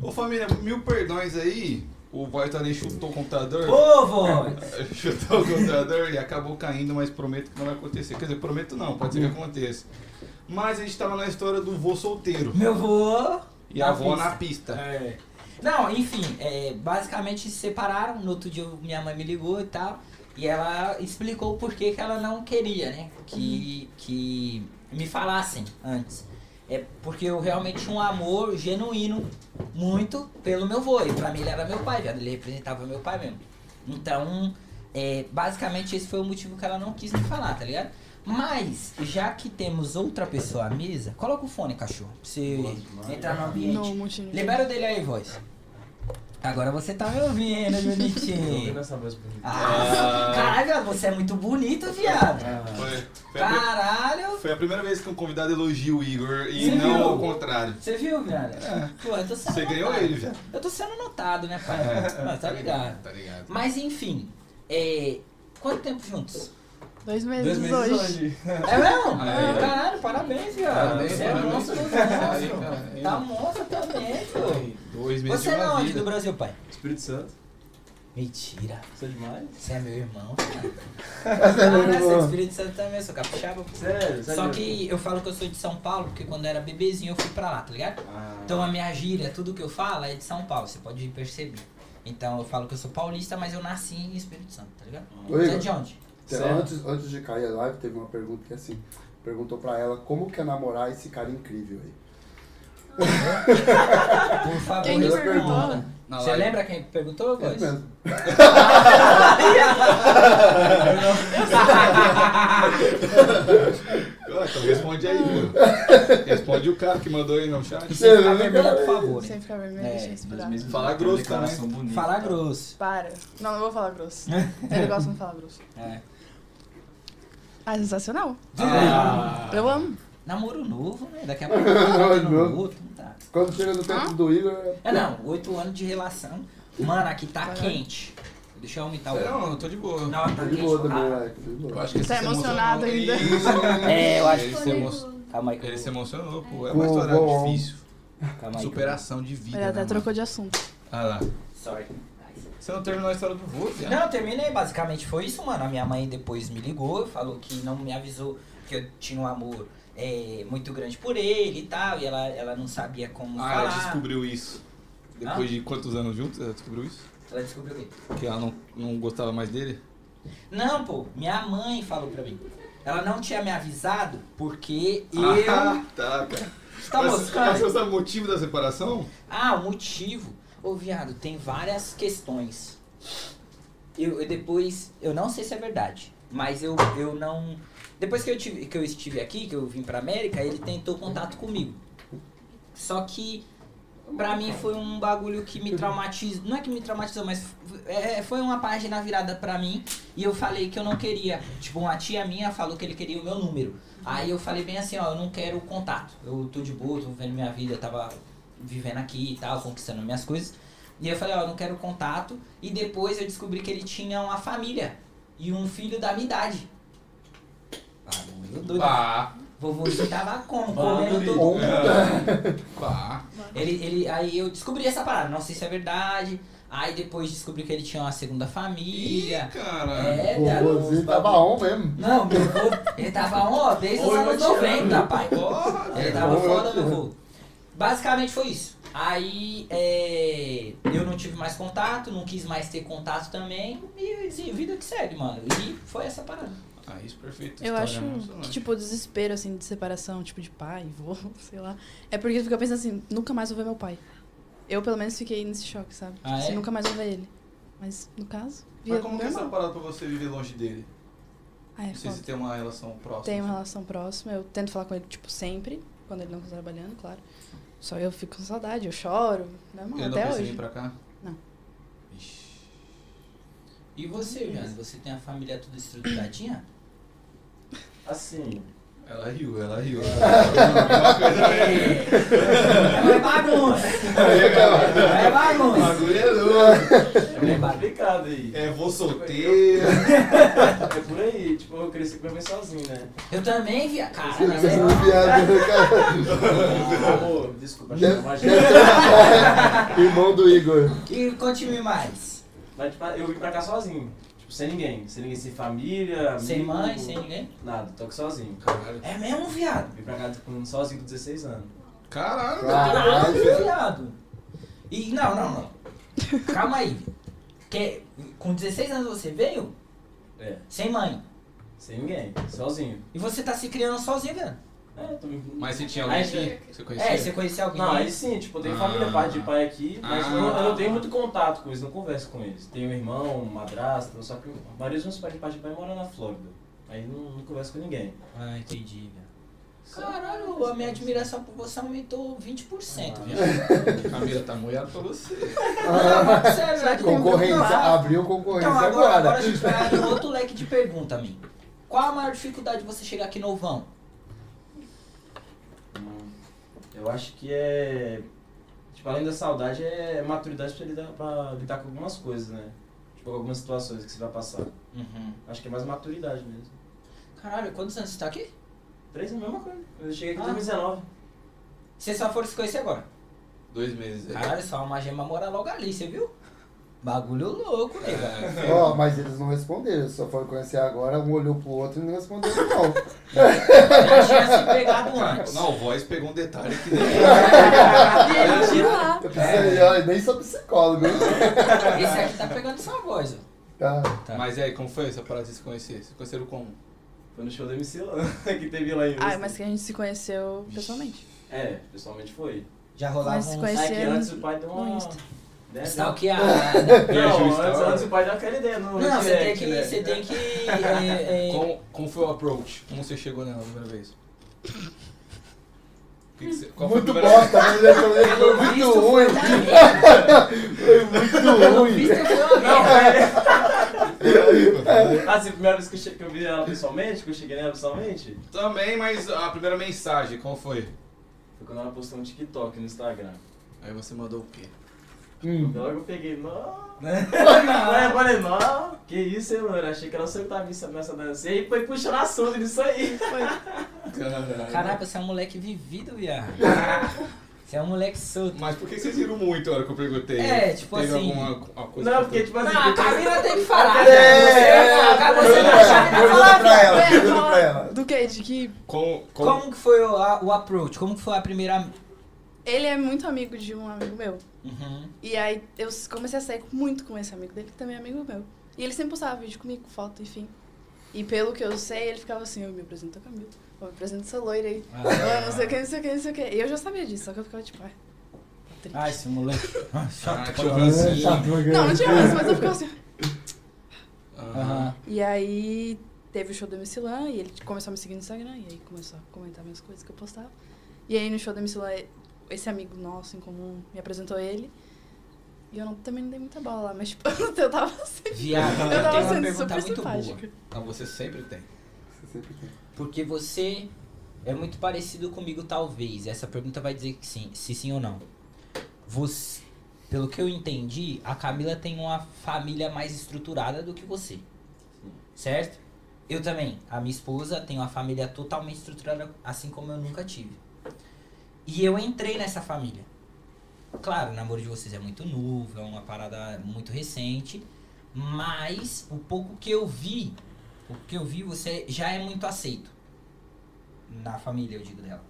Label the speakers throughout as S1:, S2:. S1: Ô família, mil perdões aí. O Void ali chutou o computador.
S2: Ô, Void!
S1: chutou o computador e acabou caindo, mas prometo que não vai acontecer. Quer dizer, prometo não, pode ser que
S2: Hum.
S1: aconteça. Mas a gente tava na história do vô solteiro.
S2: Meu vô.
S1: E a avó na pista.
S2: É. Não, enfim, é, basicamente se separaram. No outro dia eu- minha mãe me ligou e tal. E ela explicou por que que ela não queria, né? Que, que me falassem antes. É porque eu realmente tinha um amor genuíno muito pelo meu vô. E pra mim ele era meu pai, viado. Ele representava meu pai mesmo. Então, é, basicamente esse foi o motivo que ela não quis me falar, tá ligado? Mas, já que temos outra pessoa à mesa, coloca o fone, cachorro. Pra você entrar no ambiente.
S3: Não, Montinho.
S2: Libera o dele aí, voz. Agora você tá me ouvindo,
S1: tá
S2: bonitinho. Ah, caralho, viado, você é muito bonito, viado.
S1: Foi,
S2: Tá.
S1: foi, a, pri-
S2: Caralho.
S1: foi a primeira vez que um convidado elogia o Igor e
S2: Você
S1: não
S2: viu?
S1: ao contrário.
S2: Você viu, viado? Pô, eu tô sendo
S1: É. Você ganhou
S2: notado.
S1: ele já.
S2: Eu tô sendo notado, né, pai? Mas tá ligado.
S1: Tá ligado.
S2: Mas enfim, é... Quanto tempo juntos?
S3: Dois meses, hoje.
S2: É mesmo?
S1: Aí.
S2: Caralho, parabéns, viado.
S4: Ah,
S1: Parabéns,
S2: você é
S4: né?
S1: parabéns.
S2: monstro,
S1: Aí,
S2: monstro.
S1: aí.
S2: Tá monstro também, pô.
S1: Dois meses
S2: Você
S1: de
S2: é da
S1: uma
S2: onde
S1: vida.
S2: do Brasil, pai?
S4: Espírito Santo,
S2: Mentira.
S4: você é demais?
S2: Você é meu irmão, cara.
S4: Você
S2: Ah, né? Sou de Espírito Santo também, eu sou capixaba.
S4: Sério,
S2: É, Só que eu falo que eu sou de São Paulo, porque quando eu era bebezinho eu fui pra lá, tá ligado?
S4: Ah,
S2: Então a minha gíria, tudo que eu falo é de São Paulo, você pode perceber. Então eu falo que eu sou paulista, mas eu nasci em Espírito Santo, tá ligado?
S5: Ô,
S2: Você é
S5: Igor.
S2: de onde?
S4: Sério?
S5: Então, Antes, antes de cair a live, teve uma pergunta que assim, perguntou pra ela como que é namorar esse cara incrível aí.
S2: Por favor,
S3: Quem que
S2: responda.
S3: perguntou?
S1: Na
S2: Você
S1: live.
S2: lembra quem perguntou,
S5: É
S2: Góis?
S5: mesmo.
S1: Ah, então responde aí, mano. Responde o cara que mandou aí no chat.
S2: Sem ficar vermelha, por favor. hein?
S3: Sem ficar vermelho,
S2: É,
S3: deixa eu respirar.
S1: Fala grosso também.
S2: Falar grosso.
S3: Para. Não, não vou falar grosso. Ele gosta de não falar grosso.
S2: É.
S3: Ah, sensacional.
S4: Ah,
S3: Eu amo.
S2: Namoro novo, né? Daqui a pouco tá
S5: Ai, meu.
S2: no outro, não tá.
S5: Quando chega no tempo do Igor,
S2: É não, oito anos de relação. Mano, aqui tá quente. Deixa eu aumentar o.
S1: Não, eu tô É, de boa.
S2: Não, tá
S5: tá
S2: quente.
S5: de boa também,
S2: Ah,
S5: moleque, de boa.
S1: Eu acho que ele
S3: Tá
S1: se
S3: emocionado
S1: emocionou.
S3: ainda.
S1: Isso.
S2: É, eu acho
S1: ele
S2: que
S1: né? se
S2: você
S1: emo...
S2: Calma aí. que eu
S1: Ele se
S2: vou-
S1: emocionou, pô. É
S5: Vou,
S1: uma história
S5: vou.
S1: difícil.
S2: calma aí que eu-
S1: Superação de vida.
S3: Ele até
S1: né,
S3: trocou de assunto.
S1: mano? Ah lá.
S2: Sorry.
S1: Você não terminou a história do voo, viado?
S2: Não, eu terminei. Basicamente foi isso, mano. A minha mãe depois me ligou, falou que não me avisou que eu tinha um amor é, muito grande por ele e tal. E ela, ela não sabia como
S1: Ah,
S2: falar.
S1: ela descobriu isso. Depois de quantos anos juntos, ela descobriu isso?
S2: Ela descobriu o quê?
S1: Que ela não, não gostava mais dele?
S2: Não, pô. Minha mãe falou pra mim. Ela não tinha me avisado porque eu...
S1: Ah, tá, cara.
S2: Você tá
S1: mas, mas
S2: moscando?
S1: você sabe o motivo da separação?
S2: Ah, o motivo. Ô, viado, tem várias questões. Eu, eu depois, eu não sei se é verdade, mas eu, eu não. Depois que eu, tive, que eu estive aqui, que eu vim pra América, ele tentou contato comigo. Só que, pra mim, foi um bagulho que me traumatizou. Não é que me traumatizou, mas f- é, foi uma página virada pra mim. E eu falei que eu não queria. Tipo, uma tia minha falou que ele queria o meu número. Aí eu falei bem assim: ó, eu não quero contato. Eu tô de boa, tô vivendo minha vida, eu tava vivendo aqui e tal, conquistando minhas coisas. E eu falei, ó, eu não quero contato. E depois eu descobri que ele tinha uma família e um filho da minha idade. Ah, eu doido.
S1: Pá,
S2: Vovozinho tava como?
S4: Ah,
S2: Comendo todo
S4: doido.
S1: é. pá.
S2: ele, ele, aí eu descobri essa parada, não sei se é verdade. Aí depois descobri que ele tinha uma segunda
S1: Ih,
S2: família.
S1: cara.
S2: É,
S5: o
S2: viado.
S5: Rosinho assim, tava on mesmo.
S2: Não, meu vô, ele tava on, ó, desde os
S4: Oi,
S2: anos
S4: vou te
S2: 90, pai.
S1: Porra,
S2: Ele tava
S5: Oi,
S2: foda,
S5: vou te
S2: meu
S5: amar.
S2: vô. Basicamente foi isso. Aí é, eu não tive mais contato, não quis mais ter contato também. E assim, vida que segue, mano. E foi essa parada.
S1: Ah, isso perfeito.
S3: Eu
S1: História
S3: acho
S1: emocionante.
S3: que, tipo, o desespero, assim, de separação, tipo, de pai, vô, sei lá. É porque fica pensando assim, nunca mais vou ver meu pai. Eu, pelo menos, fiquei nesse choque, sabe? Tipo,
S2: Ah,
S3: assim,
S2: é?
S3: nunca mais vou ver ele. Mas, no caso, via
S1: Mas como que é essa
S3: normal.
S1: parada pra você viver longe dele?
S3: Ah, é
S1: Vocês assim?
S3: foda.
S1: têm uma relação próxima?
S3: Tenho uma relação próxima, eu tento falar com ele, tipo, sempre, quando ele não tá trabalhando, claro. Só eu fico com saudade, eu choro, normal,
S1: Ele não
S3: até
S1: pensa em
S3: hoje.
S1: vir pra cá?
S3: Não.
S1: Ixi.
S2: E você, Jânio? Você tem a família toda estruturadinha?
S4: assim,
S1: Ela riu, ela riu. Uma coisa meio-
S2: É bagunça! É
S1: O
S2: bagunça!
S1: bagulho é louco.
S4: É bem complicado aí.
S1: É, vou solteiro.
S4: É por aí, tipo, eu cresci com minha mãe sozinho, né?
S2: Eu também vi a cara,
S5: Ele fez
S2: né?
S5: uma piada, né, cara?
S4: Amor, desculpa, acho que
S5: Deve-
S4: não vai
S2: É.
S5: deve ser- é, Irmão do Igor.
S2: E continue mais.
S4: Mas, tipo, eu vim pra cá sozinho. Tipo, sem ninguém. Sem ninguém, sem família,
S2: Sem
S4: amigo,
S2: mãe, sem ninguém.
S4: Nada, tô aqui sozinho.
S1: Caralho.
S2: É mesmo, viado?
S4: Vim pra cá tipo, com- um sozinho com 16 anos.
S1: Caralho,
S5: Ah,
S2: Caralho,
S5: velho.
S2: viado! E não, não, não. Calma aí. Que, com 16 anos você veio?
S4: É.
S2: Sem mãe.
S4: Sem ninguém, sozinho.
S2: E você tá se criando sozinho, viado?
S4: É, tô me...
S1: Mas você tinha alguém
S4: Aí
S1: que você conhecia?
S2: É, você conhecia alguém?
S4: Não, aí sim, tipo, eu tenho família,
S1: Né? Ah.
S4: pai de pai aqui, mas
S1: Ah.
S4: eu, não, eu não tenho muito contato com eles, não converso com eles. Tenho um irmão, madrasta, só que a maioria dos meus pais de pai de pai mora na Flórida. Aí não, não converso com ninguém.
S2: Ah, entendi, velho. é Caralho, a minha admiração por você aumentou 20%, viu?
S1: Camila tá molhada pra você.
S2: Não, sério, velho, eu
S5: Concorrência,
S2: tenho que
S5: abriu
S2: falar.
S5: concorrência
S2: Então, agora, agora a
S5: agora.
S2: gente vai abrir outro leque de pergunta, amigo. Qual a maior dificuldade de você chegar aqui novão?
S4: Hum, Eu acho que é. Tipo, além da saudade, é maturidade pra lidar, pra lidar com algumas coisas, né? Tipo, algumas situações que você vai passar.
S2: Uhum.
S4: Acho que é mais maturidade mesmo.
S2: Caralho, quantos anos você tá aqui?
S4: Três é a mesma coisa. Eu cheguei aqui em
S2: Ah.
S4: 2019.
S2: Vocês só foram se conhecer agora.
S1: Dois meses. é.
S2: Caralho, só uma gema mora logo ali, você viu? Bagulho louco, nega.
S1: É,
S5: Ó, mas eles não responderam, só foram conhecer agora, um olhou pro outro e não respondeu não.
S2: Já tinha se pegado antes.
S1: Não, o voz pegou um detalhe que nem.
S3: De lá.
S5: Eu pensei, ó, nem sou psicólogo, hein?
S2: Esse aqui tá pegando sua voz, ó.
S5: Tá.
S2: Tá.
S1: Mas e aí, como foi essa parada de se conhecer? Se conheceram como?
S4: Foi no show da MC Lan, que teve lá em
S3: Ah,
S4: Houston.
S3: mas que a gente se conheceu pessoalmente.
S4: É, pessoalmente foi.
S2: Já rolava
S3: Mas se
S2: uns...
S3: conhece-
S4: É
S3: Esse
S4: que
S3: ano
S4: antes o pai deu uma.
S3: no Insta.
S4: Né,
S1: tá
S2: Stalkeada.
S4: deu- Não,
S1: Justo,
S4: antes,
S1: tá.
S4: antes o pai deu aquela ideia no
S2: Não, você tem
S4: direct,
S2: que...
S4: né?
S2: Você tem que... é, é,
S1: Como, como foi o approach? Como você chegou nela a primeira vez? O que que você- qual foi a
S5: Muito
S1: primeira
S5: bosta, mas ele falou, ele
S2: Pelo
S5: foi muito
S2: visto,
S5: ruim,
S2: foi uma merda.
S5: muito
S2: Pelo
S5: ruim.
S2: visto, foi uma merda.
S4: Ah, sim, a é. primeira vez que eu, che- que eu vi ela pessoalmente, que eu cheguei nela pessoalmente,
S1: vez? Também, mas a primeira mensagem, qual foi?
S4: foi quando ela postou um TikTok no Instagram.
S1: Aí você mandou o quê? Né?
S5: Hum.
S4: Logo eu peguei, não. Eu falei, não, que isso, hein, mano? Achei que ela só tava me ameaçando assim. E foi puxando assunto nisso aí.
S1: Caralho.
S2: Caraca, você é um moleque vivido, viado. Você é um moleque solto.
S1: Mas por que vocês viram muito a hora que eu perguntei?
S2: É, tipo
S1: Teve
S2: assim-
S1: alguma co- uma coisa
S4: Não,
S1: que
S4: porque tipo assim.
S2: Não, a
S4: depois-
S2: Camila tem que falar.
S4: É,
S2: né? Você-
S4: é,
S2: você
S5: Pergunta
S2: não
S5: pra
S2: achar
S5: ela,
S2: nada
S5: pergunta
S2: falar.
S5: pra ela,
S3: Ué,
S5: pergunta
S3: fala-
S5: pra ela.
S3: Do que? De que
S1: Como, como...
S2: Como que foi o, a- o approach? Como que foi a primeira...
S3: ele é muito amigo de um amigo meu.
S2: Uhum.
S3: E aí eu comecei a sair muito com esse amigo dele, que também é amigo meu. E ele sempre postava vídeo comigo, foto, enfim. E pelo que eu sei, ele ficava assim, eu me apresento a Camila, eu me apresento essa loira aí. Ah, não sei o que, não sei o que, não sei o que. E eu já sabia disso, só que eu ficava tipo, ai, tá triste.
S2: Ai, esse moleque. Ah,
S1: Ah,
S2: Chato.
S1: tinha um rancinho.
S3: não, não tinha isso, mas eu ficava assim.
S1: Aham.
S2: Aham.
S3: E aí teve o show do MC Lan, e ele começou a me seguir no Instagram, e aí começou a comentar minhas coisas que eu postava. E aí no show do MC Lan, esse amigo nosso em comum me apresentou ele. E eu não, também não dei muita bola lá, mas tipo, eu tava assim.
S2: Viado,
S1: Eu
S2: eu
S3: Eu tava
S2: tenho Ah, uma
S3: sendo
S2: pergunta
S3: super
S2: muito boa.
S3: simpática.
S1: Então você sempre tem.
S5: Você sempre tem.
S2: Porque você é muito parecido comigo, talvez. Essa pergunta vai dizer que sim, se sim ou não. Você, pelo que eu entendi, a Camila tem uma família mais estruturada do que você. Certo? Eu também. A minha esposa tem uma família totalmente estruturada, assim como eu nunca tive. E eu entrei nessa família. Claro, o namoro de vocês é muito novo, é uma parada muito recente. Mas o pouco que eu vi, o que eu vi, você já é muito aceito. Na família, eu digo dela.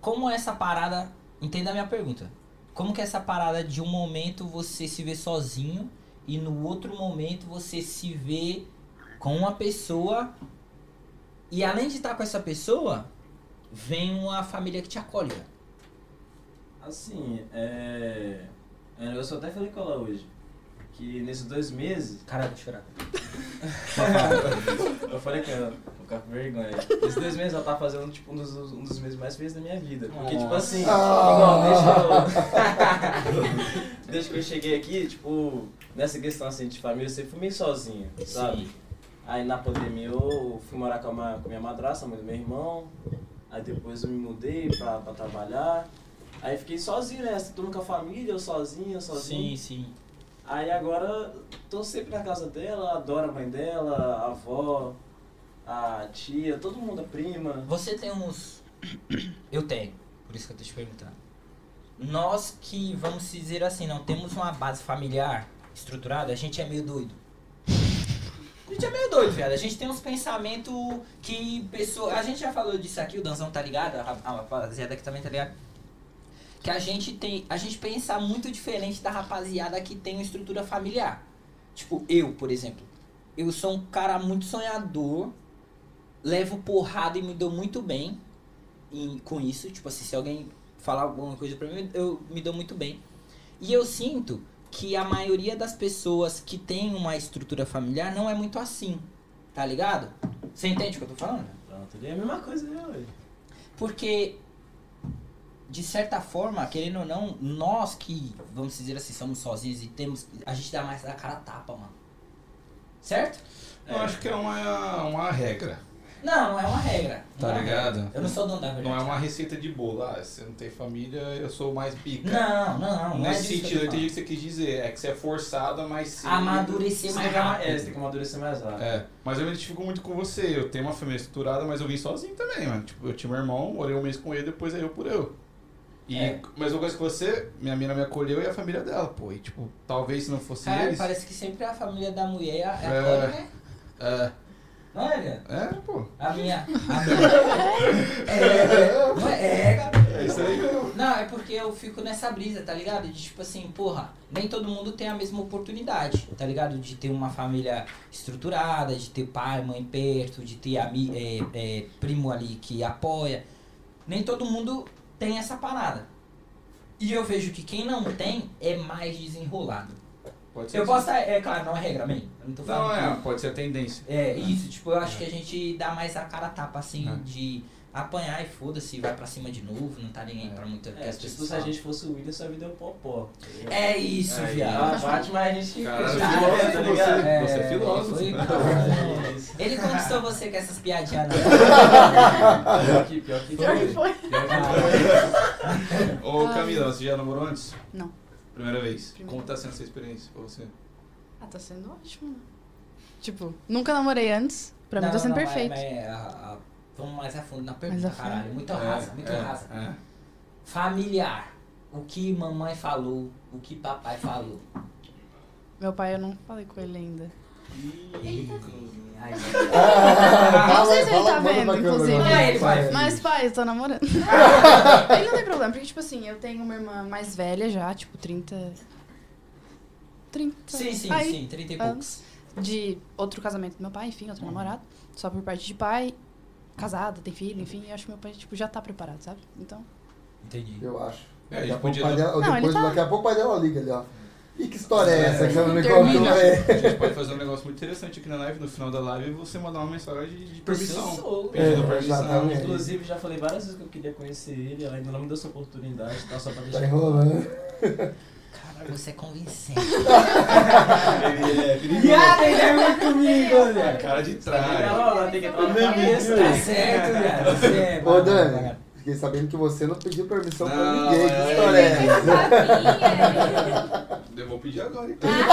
S2: Como essa parada. Entenda a minha pergunta. Como que essa parada de um momento você se vê sozinho e no outro momento você se vê com uma pessoa e além de estar com essa pessoa, vem uma família que te acolhe. velho.
S4: Assim, é. é, Eu só até falei com ela hoje. Que nesses dois meses
S2: Caralho, vou chorar.
S4: Eu falei com ela, vou ficar com vergonha. Esses dois meses ela tá fazendo, tipo, um dos, um dos meses mais felizes da minha vida. Porque, tipo assim, igual, desde que eu. desde que eu cheguei aqui, tipo, nessa questão assim de família, eu sempre fui meio sozinho, sabe? Aí na pandemia eu fui morar com a ma- com minha madrasta, mãe do meu irmão. Aí depois eu me mudei pra, pra trabalhar. Aí fiquei sozinho, né? Tudo com a família, eu sozinho, eu
S2: Sim,
S4: sozinho.
S2: sim.
S4: Aí agora tô sempre na casa dela, adoro a mãe dela, a avó, a tia, todo mundo, a prima.
S2: Você tem uns. Eu tenho, por isso que eu tô te perguntando. Nós que, vamos dizer assim, não temos uma base familiar estruturada, a gente é meio doido. A gente é meio doido, velho. A gente tem uns pensamentos que pessoa. A gente já falou disso aqui, o Danzão tá ligado, a ra- a rapaziada aqui também tá ligado. Que a gente tem. A gente pensa muito diferente da rapaziada que tem uma estrutura familiar. Tipo, eu, por exemplo. Eu sou um cara muito sonhador levo porrada e me dou muito bem em- com isso. Tipo assim, se alguém falar alguma coisa pra mim, eu me dou muito bem. E eu sinto que a maioria das pessoas que tem uma estrutura familiar não é muito assim, tá ligado? Você entende o que eu tô falando?
S4: Pronto, ele é a mesma coisa, né, ué?
S2: Porque, de certa forma, querendo ou não, nós que, vamos dizer assim, somos sozinhos e temos. A gente dá mais da cara a tapa, mano. Certo?
S1: Eu acho que é uma, uma regra,
S2: Não, não é uma regra.
S1: tá
S2: Não é uma regra.
S1: ligado?
S2: Eu não sou dono da verdade.
S1: Não é uma receita de bolo. Ah, você não tem família, eu sou mais pica.
S2: Não, não, não. não é
S1: Nesse
S2: disso que
S1: sentido, eu
S2: eu tô
S1: entendi o que você quis dizer. É que você é forçado a mais cedo.
S2: Amadurecer
S4: Você
S2: mais
S4: tem que
S1: Ah,
S4: ama- é, você
S2: rápido.
S4: tem que amadurecer mais rápido.
S1: É, mas eu me identifico muito com você. Eu tenho uma família estruturada, mas eu vim sozinho também, mano. Tipo, eu tinha meu irmão, morei um mês com ele, depois aí eu por eu. E,
S2: É.
S1: Mas eu gosto que você, minha mina me acolheu e a família dela, pô. E, tipo, talvez se não fosse
S2: Cara,
S1: eles.
S2: parece que sempre a família da mulher é a
S1: É.
S2: Cora, né?
S1: É,
S2: Não é, Adriano?
S1: é, pô.
S2: A minha. A minha. É, não é, é, cara.
S1: É isso aí mesmo.
S2: Não, é porque eu fico nessa brisa, tá ligado? De tipo assim, porra, nem todo mundo tem a mesma oportunidade, tá ligado? De ter uma família estruturada, de ter pai, mãe perto, de ter ami- é, é, primo ali que apoia. Nem todo mundo tem essa parada. E eu vejo que quem não tem é mais desenrolado.
S1: Pode
S2: Eu
S1: isso.
S2: posso estar, é claro, não é regra, man. Eu não tô falando.
S1: Não, é,
S2: que-
S1: pode ser a tendência.
S2: é, isso, tipo, eu acho que a gente dá mais a cara a tapa, assim,
S1: É.
S2: de apanhar e foda-se, vai pra cima de novo, não tá ninguém aí pra muito. que
S4: É,
S2: as
S4: tipo,
S2: pessoas
S4: se a
S2: falam.
S4: gente fosse o William, sua vida é o popó. entendeu?
S2: É isso,
S4: Aí,
S2: viado.
S4: ela bate, mas a gente
S1: Cara,
S4: fica
S1: filósofo,
S4: chateado, tá
S1: você-
S4: ligado?
S1: é, você é filósofo,
S2: Ele,
S1: né?
S2: foi-
S4: É isso.
S2: ele conquistou você com essas piadinhas, não.
S4: É Pior que, pior que
S3: Pior que
S4: foi.
S3: foi.
S4: Pior que
S1: Ô,
S3: Ah.
S1: Camila, você já namorou antes?
S3: Não.
S1: Primeira vez.
S3: Primeira.
S1: Como tá sendo essa experiência pra você?
S3: Ah, tá sendo ótimo, né? Tipo, nunca namorei antes. Pra mim
S2: Não,
S3: tá sendo
S2: não, mas-
S3: perfeito.
S2: mas, é, a- a- vamos mais a fundo na pergunta,
S3: Mais a fundo.
S2: caralho. Muito rasa, muito
S1: é,
S2: rasa.
S1: É.
S2: Familiar. O que mamãe falou, o que papai falou.
S3: Meu pai, eu não falei com ele ainda.
S2: Aí,
S3: não sei se ele tá
S5: manda
S3: vendo,
S5: pra câmera,
S3: inclusive.
S5: manda
S2: Ah, ele
S5: pra
S2: vai.
S5: câmera.
S3: Mas, pai, eu tô namorando. Ele não tem problema, porque, tipo assim, eu tenho uma irmã mais velha já, tipo, 30. 30.
S2: sim, sim,
S3: Aí,
S2: sim, 30 e poucos.
S3: anos. De outro casamento do meu pai, enfim, outro namorado. Só por parte de pai, casada, tem filho, enfim. Eu acho que meu pai, tipo, já tá preparado, sabe? Então.
S2: Entendi.
S5: Eu acho.
S1: É, a gente
S5: Daqui a pouco
S1: podia
S5: o pai
S1: dar-
S5: dela-
S3: Não, ele
S5: depois-
S3: tá-
S5: Daqui a pouco o pai dela liga ali, ó. E que história é essa que você não me
S3: Termina.
S5: contou, velho?
S1: A gente pode fazer um negócio muito interessante aqui na live, no final da live, e você mandar uma mensagem de permissão.
S4: sou,
S1: Pedindo
S5: É,
S1: permissão.
S5: exatamente.
S4: Inclusive, já falei várias vezes que eu queria conhecer ele, ela ainda não me deu essa oportunidade, tá? Só pra
S5: Tá
S4: deixar.
S5: enrolando.
S2: Caralho, você é convincente.
S1: Ele é perigoso.
S4: Viado, ele é muito comigo,
S1: É a
S4: olha.
S1: cara de
S4: Tem que
S1: trás.
S4: falar, ela tem que entrar na
S5: Meu
S4: cabeça.
S5: Deus.
S2: Tá certo, viado. Você é
S5: Ô,
S2: bacana,
S5: Dani,
S2: bacana.
S5: fiquei sabendo que você não pediu permissão pra
S1: Não,
S5: ninguém.
S1: é.
S5: Que história é essa?
S1: Eu vou pedir agora, então.
S2: Ah.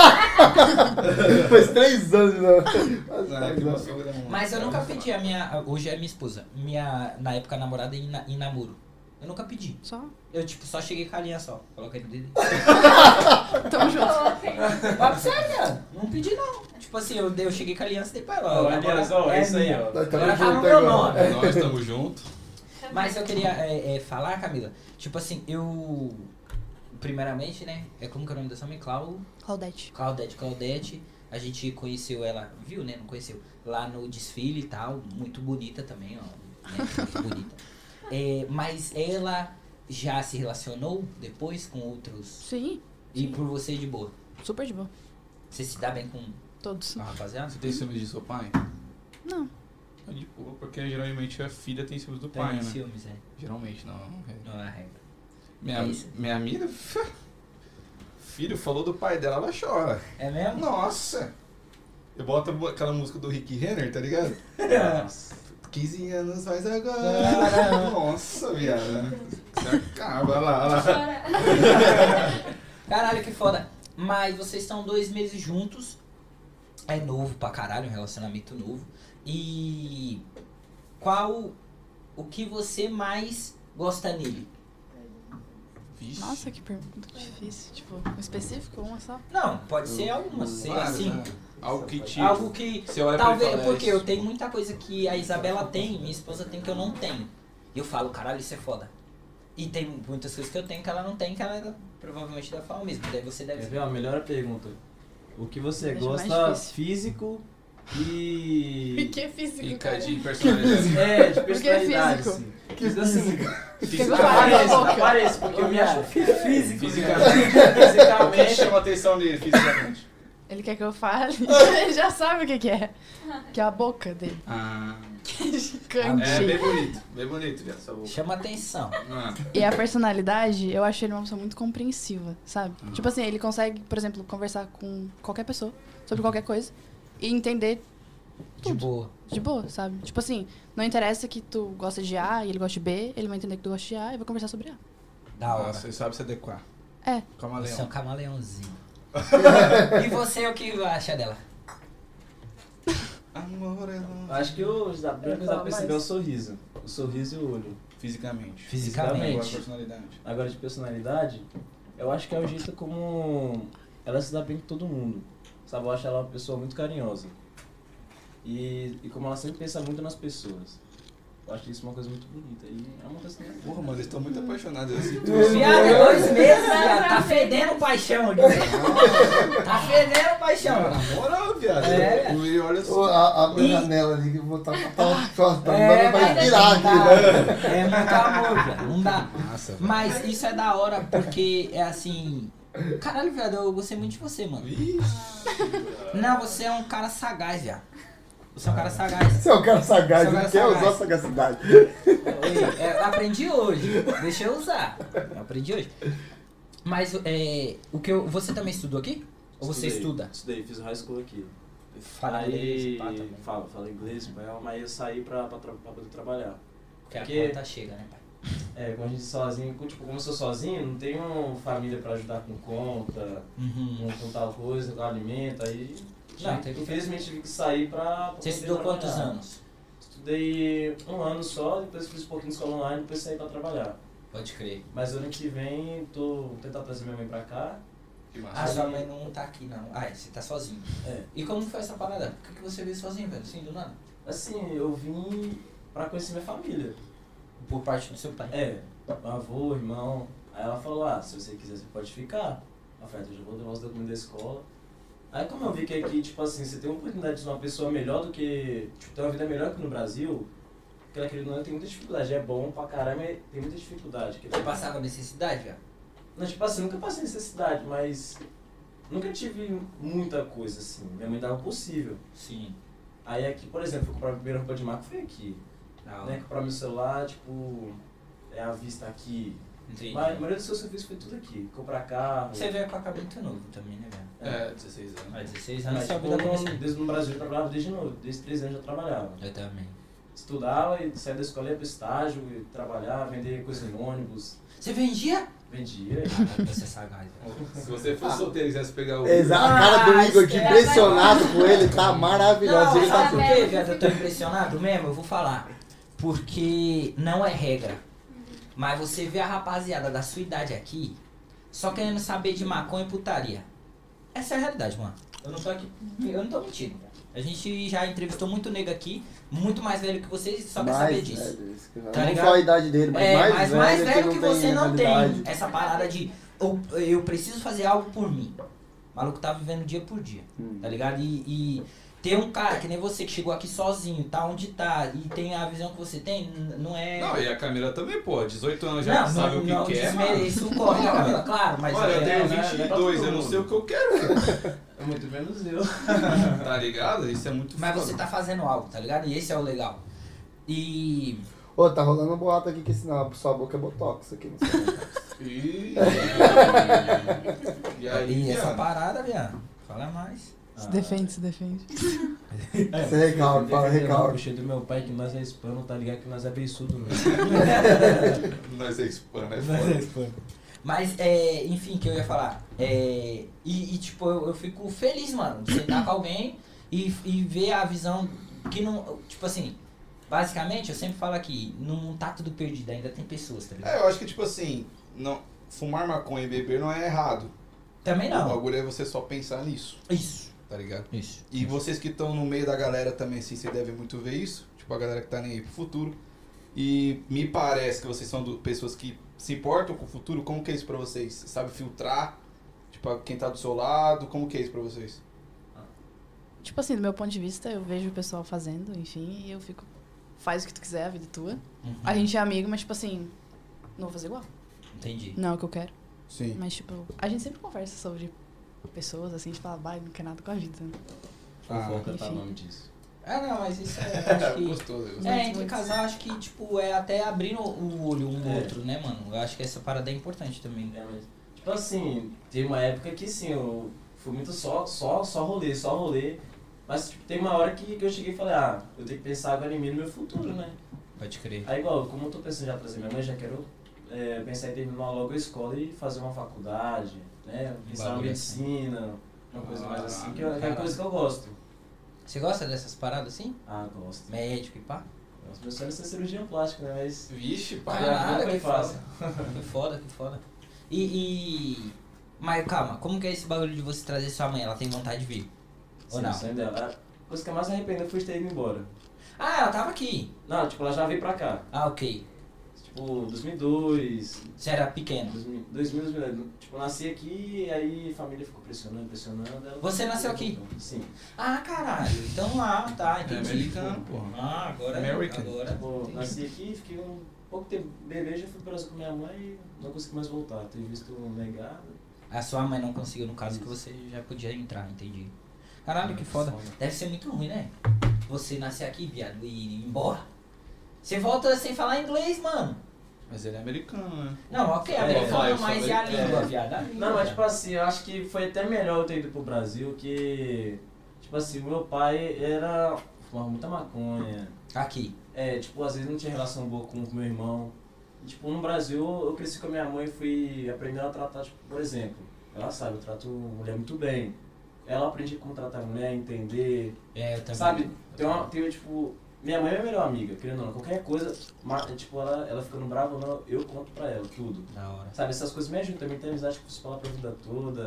S5: Faz três anos, né? Faz
S1: Não, é que
S5: três anos.
S1: você vai dar uma-
S2: Mas eu nunca pedi a minha. Hoje é minha esposa. Minha, na época, namorada em, na- em namoro. Eu nunca pedi.
S3: Só.
S2: Eu, tipo, só cheguei com a linha só. Coloquei no dedo.
S3: Tamo junto.
S2: Mas sério, viado. Não pedi, não. Tipo assim, eu, eu cheguei com a aliança e dei pra ela.
S4: Ó,
S2: Agora-
S4: aliás, ó, é isso aí, ó.
S5: Nós
S2: Agora
S5: estamos
S2: tá no
S5: juntos
S2: meu
S5: agora.
S2: nome.
S1: É, Nós estamos juntos.
S2: Mas eu queria é, é, falar, Camila. Tipo assim, eu. Primeiramente, né? É como que é o nome dessa mãe? Clau.
S3: Claudete.
S2: Claudete, Claudete, a gente conheceu ela, viu, né? Não conheceu. Lá no desfile e tal, muito bonita também, ó. né, Muito bonita. É, mas ela já se relacionou depois com outros.
S3: Sim,
S2: E por você de boa.
S3: super de boa.
S2: Você se dá bem com
S3: Todos.
S2: a rapaziada?
S1: Você tem ciúmes de seu pai?
S3: Não.
S1: É De boa, porque geralmente a filha tem ciúmes do
S2: Tem
S1: pai, né?
S2: ciúmes, é.
S1: Geralmente, não. é.
S2: Não é a regra.
S1: Minha,
S2: É isso.
S1: minha mina. Filho, falou do pai dela, ela chora.
S2: É mesmo?
S1: Nossa! Eu boto aquela música do Rick Renner, tá ligado?
S4: Nossa.
S1: 15 anos faz agora. Nossa, viado. Você acaba olha lá, olha lá.
S2: Caralho, que foda. Mas vocês estão dois meses juntos. É novo pra caralho, um relacionamento novo. E qual o que você mais gosta nele?
S1: Vixe.
S3: Nossa, que pergunta difícil. Tipo, um específico, uma só?
S2: Não, pode ser alguma, sei
S1: Claro,
S2: assim.
S1: né? Tipo. Algo que te.
S2: Algo que.
S1: Você olha pra ele e
S2: Talvez.
S1: fala,
S2: Porque
S1: "É
S2: eu
S1: isso".
S2: tenho muita coisa que a Isabela tem, minha esposa tem que eu não tenho. E eu falo, caralho, isso é foda. E tem muitas coisas que eu tenho que ela não tem, que ela provavelmente deve falar o mesmo. Daí você
S1: É
S2: deve
S4: Quer ver a melhor pergunta? O que você
S3: Deixa mais
S4: gosta
S3: difícil.
S4: físico e.
S3: Fiquei físico.
S1: Fica de personalidade.
S4: É, de
S3: Por que é
S4: personalidade,
S3: físico?
S4: assim.
S5: Que física.
S3: Fica
S1: Fisicamente.
S3: parado,
S4: Apareço,
S3: boca.
S4: apareço, porque eu me acho fí- físico.
S1: Fisicamente. O que
S4: Fisicamente.
S1: chama a atenção dele fisicamente?
S3: Ele quer que eu fale? Ele já sabe o que, que é. Que é a boca dele.
S1: Ah.
S2: Ah,
S3: Gigante.
S1: É bem bonito, bem bonito, viado, essa boca.
S2: Chama atenção.
S1: Ah,
S3: E a personalidade, eu acho ele uma pessoa muito compreensiva, sabe?
S1: Uhum.
S3: Tipo assim, ele consegue, por exemplo, conversar com qualquer pessoa sobre qualquer coisa e entender
S2: De boa.
S3: de boa, sabe? Tipo assim, não interessa que tu gosta de A e ele gosta de B, ele vai entender que tu gosta de A e vai conversar sobre A.
S2: Da hora.
S1: Nossa, ele sabe se adequar.
S2: Você é
S3: É.
S2: um
S1: Camaleão.
S2: camaleãozinho. e você, é o que acha dela?
S1: Amor,
S4: Eu
S1: ela-
S4: Acho que eu já,
S3: Eu ia
S4: eu já
S3: falar
S4: percebi o
S3: mais.
S4: sorriso. O sorriso e o olho.
S1: Fisicamente.
S2: Fisicamente.
S1: Agora, personalidade.
S4: Agora de personalidade, eu acho que é o jeito como ela se dá bem com todo mundo. Sabe, eu acho ela uma pessoa muito carinhosa. E, e como ela sempre pensa muito nas pessoas. Eu acho isso uma coisa muito bonita. E é uma coisa que eu
S1: Porra, mano, eles estão muito apaixonados. Eu sinto isso.
S2: Viado, é dois meses, viado. Tá fedendo paixão aqui. Tá fedendo paixão.
S1: Na moral, viado.
S2: É.
S1: E olha
S5: Ô,
S1: só.
S5: A, a minha
S2: E-
S5: janela ali, que eu vou estar tá,
S2: É,
S5: vai
S2: mas
S5: virar
S2: não dá.
S5: aqui, né?
S2: É muito amor, viado. Não dá.
S1: Massa, velho.
S2: Mas isso é da hora, porque é assim. Caralho, viado, eu gostei muito de você, mano. Não, você é um cara sagaz, viado. Você é um cara sagaz.
S5: Você é um cara sagaz,
S2: Você é um
S5: ele
S2: cara
S5: quer
S2: sagaz.
S5: usar sagacidade.
S2: Oi, é, eu aprendi hoje. Deixa eu usar. Eu aprendi hoje. Mas é, o que eu, você também estudou aqui? Ou você
S4: estudei,
S2: estuda?
S4: Estudei, fiz high school aqui.
S2: Fala
S4: aí,
S2: inglês, pá, tá também.
S4: fala, fala inglês, espanhol, mas eu saí pra, pra, tra- pra poder trabalhar.
S2: Porque a
S4: Porque-
S2: conta chega, né, pai?
S4: É, como a gente sozinho, tipo, como eu sou sozinho, não tenho família pra ajudar com conta,
S2: Uhum.
S4: com, com tal coisa, com alimento, aí.
S2: Não,
S4: tive-
S2: tem-
S4: infelizmente tive que sair pra. pra
S2: Você
S4: poder
S2: estudou quantos
S4: trabalhar.
S2: anos?
S4: Estudei um ano só, depois fiz um pouquinho de escola online, depois saí pra trabalhar.
S2: Pode crer.
S4: Mas ano que vem tô tentar trazer minha mãe pra cá.
S1: Que
S2: Ah,
S1: massa.
S2: sua mãe não tá aqui, não. Ah, você tá sozinho.
S4: É.
S2: E como foi essa parada? Por que que você veio sozinho, velho? Assim, do nada?
S4: Assim, eu vim pra conhecer minha família.
S2: Por parte do seu pai.
S4: É, meu avô, irmão. Aí ela falou, ah, se você quiser, você pode ficar. Eu falei, "Então eu já vou levar os documentos da escola. Aí como eu vi que aqui, tipo assim, você tem a oportunidade de ser uma pessoa melhor do que. Tipo, ter uma vida melhor que no Brasil, porque naquele não tem muita dificuldade. É bom pra caramba, mas tem muita dificuldade.
S2: Você passava necessidade, velho?
S4: Não, tipo assim, nunca passei necessidade, mas nunca tive muita coisa assim. Minha mãe dava o possível.
S2: Sim.
S4: Aí aqui, por exemplo, eu comprar a primeira roupa de marca foi aqui.
S2: Não,
S4: Né? Comprar meu celular, tipo, é a vista aqui.
S2: entendi.
S4: Mas a maioria dos seus serviços foi tudo aqui. Comprar carro.
S2: Você veio com acabamento novo também, né, velho?
S1: É, 16 anos.
S2: Ah, 16 anos,
S4: Mas,
S2: sua
S4: tipo,
S2: vida começou.
S4: não, desde no Brasil eu trabalhava desde novo, desde 13 anos eu trabalhava.
S2: Eu também.
S4: Estudava e saía da escola ia pro estágio, e trabalhava, vendia coisa em ônibus,
S2: Você vendia?
S4: vendia.
S2: Ah, você é sagaz, velho.
S1: Se você
S2: Ah.
S1: fosse solteiro e quisesse pegar o.
S5: Exato, a cara do Igor aqui impressionado com ele, tá
S2: é
S5: maravilhoso.
S2: Não, é
S5: Ele tá
S2: sabe por
S5: assim.
S2: que, viado? Eu tô impressionado mesmo? Eu vou falar. Porque não é regra. Mas você vê a rapaziada da sua idade aqui só querendo saber de maconha e putaria. Essa é a realidade, mano. Eu não tô aqui. Eu não tô mentindo. A gente já entrevistou muito nego aqui, muito mais velho que vocês, só quer saber
S5: Mais
S2: disso.
S5: velho, isso que eu-
S2: Tá
S5: não
S2: ligado?
S5: só a idade dele, mas
S2: é,
S5: mais
S2: mas
S5: velho
S2: mais
S5: que
S2: velho
S5: não
S2: que,
S5: tem
S2: você não tem É.
S5: mentalidade.
S2: essa parada de eu, eu preciso fazer algo por mim. O maluco tá vivendo dia por dia,
S5: Hum.
S2: tá ligado? E, e ter um cara que nem você que chegou aqui sozinho, tá onde tá e tem a visão que você tem, n- não é.
S1: Não, e a Camila também, pô, 18 anos já
S2: não,
S1: sabe
S2: não,
S1: o que
S2: não
S1: quer. mano.
S2: desmereça o corre da Camila, claro, mas.
S1: Olha, eu
S2: é,
S1: tenho
S4: né?
S1: 22, eu não sei o que eu quero,
S4: É muito menos eu.
S1: tá ligado? Isso é muito
S2: Mas
S1: foda.
S2: você tá fazendo algo, tá ligado? E esse é o legal. E.
S5: Ô, tá rolando um boato aqui que senão a sua boca é botox aqui. Não sei.
S1: Ih. E
S2: e
S1: aí,
S2: essa
S1: viado?
S2: parada, viado. Fala mais.
S1: Ah.
S3: Se defende, se defende.
S4: É,
S5: Você recalca,
S4: defendendo
S5: fala
S4: o
S5: recalca.
S4: Puxa do meu pai que nós é hispano, tá ligado? Que nós é beiçudo mesmo.
S1: Nós é hispano, é
S4: Nós é
S1: foda.
S4: hispano.
S2: Mas, é, enfim, que eu ia falar. É, e, e, tipo, eu, eu fico feliz, mano, de sentar com alguém e, e ver a visão que não. Tipo assim, basicamente, eu sempre falo aqui, não tá tudo perdido, ainda tem pessoas, tá ligado?
S1: É, eu acho que, tipo assim, não, fumar maconha e beber não é errado.
S2: Também
S1: O
S2: não.
S1: bagulho é você só pensar nisso,
S2: Isso.
S1: tá ligado?
S2: Isso.
S1: E vocês que estão no meio da galera também, assim, vocês devem muito ver isso. Tipo, a galera que tá nem aí pro futuro. E me parece que vocês são do- pessoas que se importam com o futuro. Como que é isso pra vocês? Sabe filtrar? Tipo, quem tá do seu lado? Como que é isso pra vocês?
S3: Tipo assim, do meu ponto de vista, eu vejo o pessoal fazendo, enfim, e eu fico. Faz o que tu quiser, a vida é tua.
S2: Uhum.
S3: A gente é amigo, mas tipo assim. Não vou fazer igual.
S2: Entendi.
S3: Não é o que eu quero.
S1: Sim.
S3: Mas tipo, a gente sempre conversa sobre pessoas, assim, a gente fala, vai, não quer nada com a vida. né?"
S1: Ah,
S4: Fofoca tá o
S3: enfim.
S4: nome disso.
S2: Ah, não, mas isso é. Acho que...
S1: Gostoso. eu gostei.
S2: É, entre casal, acho que, tipo, é até abrindo o olho um do
S4: É.
S2: outro, né, mano? Eu acho que essa parada é importante também.
S4: É, mas, tipo assim, tem uma época que sim, eu fui muito só, só, só rolê, só rolê. Mas tipo, tem uma hora que, que eu cheguei e falei, ah, eu tenho que pensar agora em mim no meu futuro, né?
S2: Pode crer.
S4: Aí igual, como eu tô pensando já trazer minha mãe, já quero é, pensar em terminar logo a escola e fazer uma faculdade, né? Pensar em
S2: Bagulho assim.
S4: medicina, uma coisa mais
S1: Ah,
S4: assim, que é uma
S2: caralho.
S4: coisa que eu gosto.
S2: Você gosta dessas paradas assim?
S4: Ah, gosto.
S2: Médico e pá?
S4: Nossa, Meu sonho é ser cirurgião plástico, né? Mas.
S1: Vixe, pai.
S2: Caralho,
S4: foi
S2: que
S4: fácil.
S2: foda. Que foda, que foda. E, e. Mas calma, como que é esse bagulho de você trazer sua mãe? Ela tem vontade de vir? Ou
S4: Sim,
S2: não?
S4: o sonho dela. A coisa que eu mais me arrependo foi de ter ido embora.
S2: Ah, ela tava aqui.
S4: Não, tipo, ela já veio pra cá.
S2: Ah, ok.
S4: Tipo, 2002,
S2: Você era pequeno.
S4: 2000, 2000, tipo, eu nasci aqui e aí a família ficou pressionando, pressionando. ela-
S2: Você nasceu aqui?
S4: Sim.
S2: Ah, caralho. Então, ah, tá,
S1: É
S2: entendi.
S1: americano, porra.
S2: Ah, agora.
S1: American.
S2: Agora.
S4: Tipo,
S2: entendi.
S4: nasci aqui, fiquei um pouco tempo bebê, já fui pro Brasil com minha mãe e não consegui mais voltar. Tenho visto um negado.
S2: A sua mãe não conseguiu, no caso que você já podia entrar, entendi. Caralho, que foda. Deve ser muito ruim, né? Você nascer aqui, viado, e ir embora. Você volta sem falar inglês, mano.
S1: Mas ele é americano, né?
S2: Não, ok,
S4: É,
S1: vai,
S2: americano,
S1: só
S2: mas
S1: vai-
S2: e a
S1: é.
S2: língua, viado? A língua,
S4: Não, mas
S2: viado.
S4: tipo assim, eu acho que foi até melhor eu ter ido pro Brasil que. Tipo assim, o meu pai era. fumava muita maconha.
S2: Aqui.
S4: É, tipo, às vezes não tinha relação boa com o meu irmão. E, tipo, no Brasil eu cresci com a minha mãe e fui aprendendo a tratar, tipo, por exemplo, ela sabe, eu trato mulher muito bem. Ela aprende como tratar mulher, entender,
S2: É, eu também.
S4: Sabe, tem uma, tem, tipo, minha mãe é a melhor amiga, querendo ou não, qualquer coisa, ma- tipo, ela, ela ficando brava ou não, eu conto pra ela tudo.
S2: Da hora.
S4: Sabe, essas coisas me ajudam também, tem amizade que você fala pra vida toda.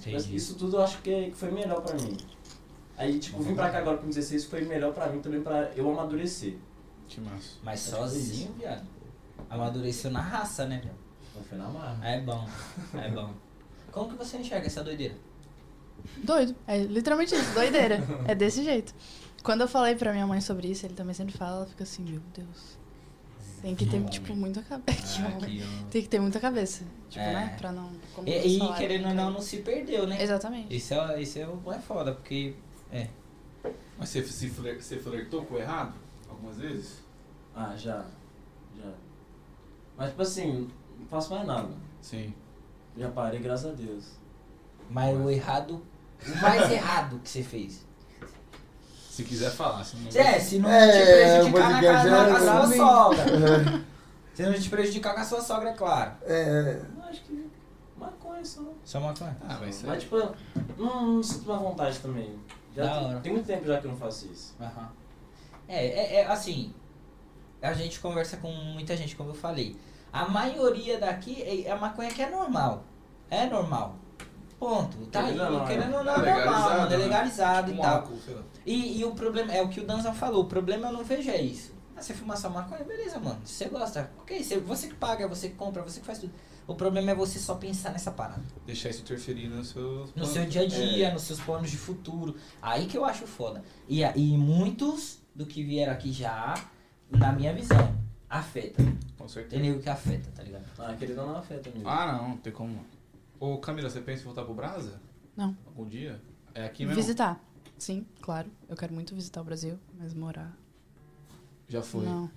S2: Entendi.
S4: Tipo assim, isso tudo eu acho que, que foi melhor pra mim. Aí, tipo, vim pra cá agora com 16 foi melhor pra mim também, pra eu amadurecer.
S1: Que massa.
S2: Mas
S4: É tipo
S2: sozinho, viado. Amadureceu na raça, né, meu?
S4: Não foi na marra.
S2: É bom. É bom. Como que você enxerga essa doideira?
S3: Doido. É literalmente isso, doideira. É desse jeito. Quando eu falei pra minha mãe sobre isso, ele também sempre fala, ela fica assim, meu Deus. Tem que ter,
S2: Homem.
S3: tipo, muita cabeça.
S2: Ah, que homem.
S3: Tem que ter muita cabeça. Tipo,
S2: É.
S3: né? Pra não. como
S2: E, e
S3: falar,
S2: querendo ou
S3: né?
S2: não, não se perdeu, né?
S3: Exatamente.
S2: Isso é, isso é, o- é foda, porque. É.
S1: Mas você, se fler- você flertou com o errado? Algumas vezes?
S4: Ah, já. Já. Mas, tipo assim, não faço mais nada.
S1: Sim.
S4: Já parei, graças a Deus.
S2: Mas o errado. O mais errado que você fez.
S1: Se quiser falar, se não.
S2: É, se não
S5: É,
S2: te prejudicar na,
S5: música
S2: casa-
S5: já
S2: na,
S5: era
S2: sua
S5: também.
S2: sogra. Se não te prejudicar com a sua sogra, é claro.
S5: É,
S4: Eu acho que maconha só.
S2: Só uma coisa.
S1: Ah, mas isso
S4: Mas
S1: é.
S4: tipo, eu não, não sinto mais vontade também. Já
S2: Da
S4: tem,
S2: hora.
S4: tem muito tempo já que eu não faço isso.
S2: Aham. É, é, é, assim. A gente conversa com muita gente, como eu falei. A maioria daqui é, é maconha que é normal. É normal. Ponto. Tá aí,
S4: Querendo ou não,
S2: querendo ou não,
S1: é
S2: é normal,
S1: legalizado,
S2: mano. É
S1: né?
S2: legalizado e
S1: Um
S2: tal.
S1: álcool, sei lá.
S2: E, e o problema, é o que o Danzan falou, o problema eu não vejo é isso. Ah, você fumar sua maconha, beleza, mano. Se Você gosta, ok. Você, você que paga, você que compra, você que faz tudo. O problema é você só pensar nessa parada.
S1: Deixar isso interferir nos seus.
S2: No
S1: planos.
S2: seu dia a dia, nos seus planos de futuro. Aí que eu acho foda. E, a- e muitos do que vieram aqui já, na minha visão, afeta.
S1: Com certeza.
S2: Tem nego que afeta, tá ligado?
S4: Ah, querendo ou não afeta mesmo.
S1: Ah, não, não tem como. Ô, Camila, você pensa em voltar pro Brasa?
S3: Não.
S1: Algum dia? É aqui mesmo?
S3: Visitar. Sim, claro. Eu quero muito visitar o Brasil, mas morar.
S1: Já foi.
S3: Não.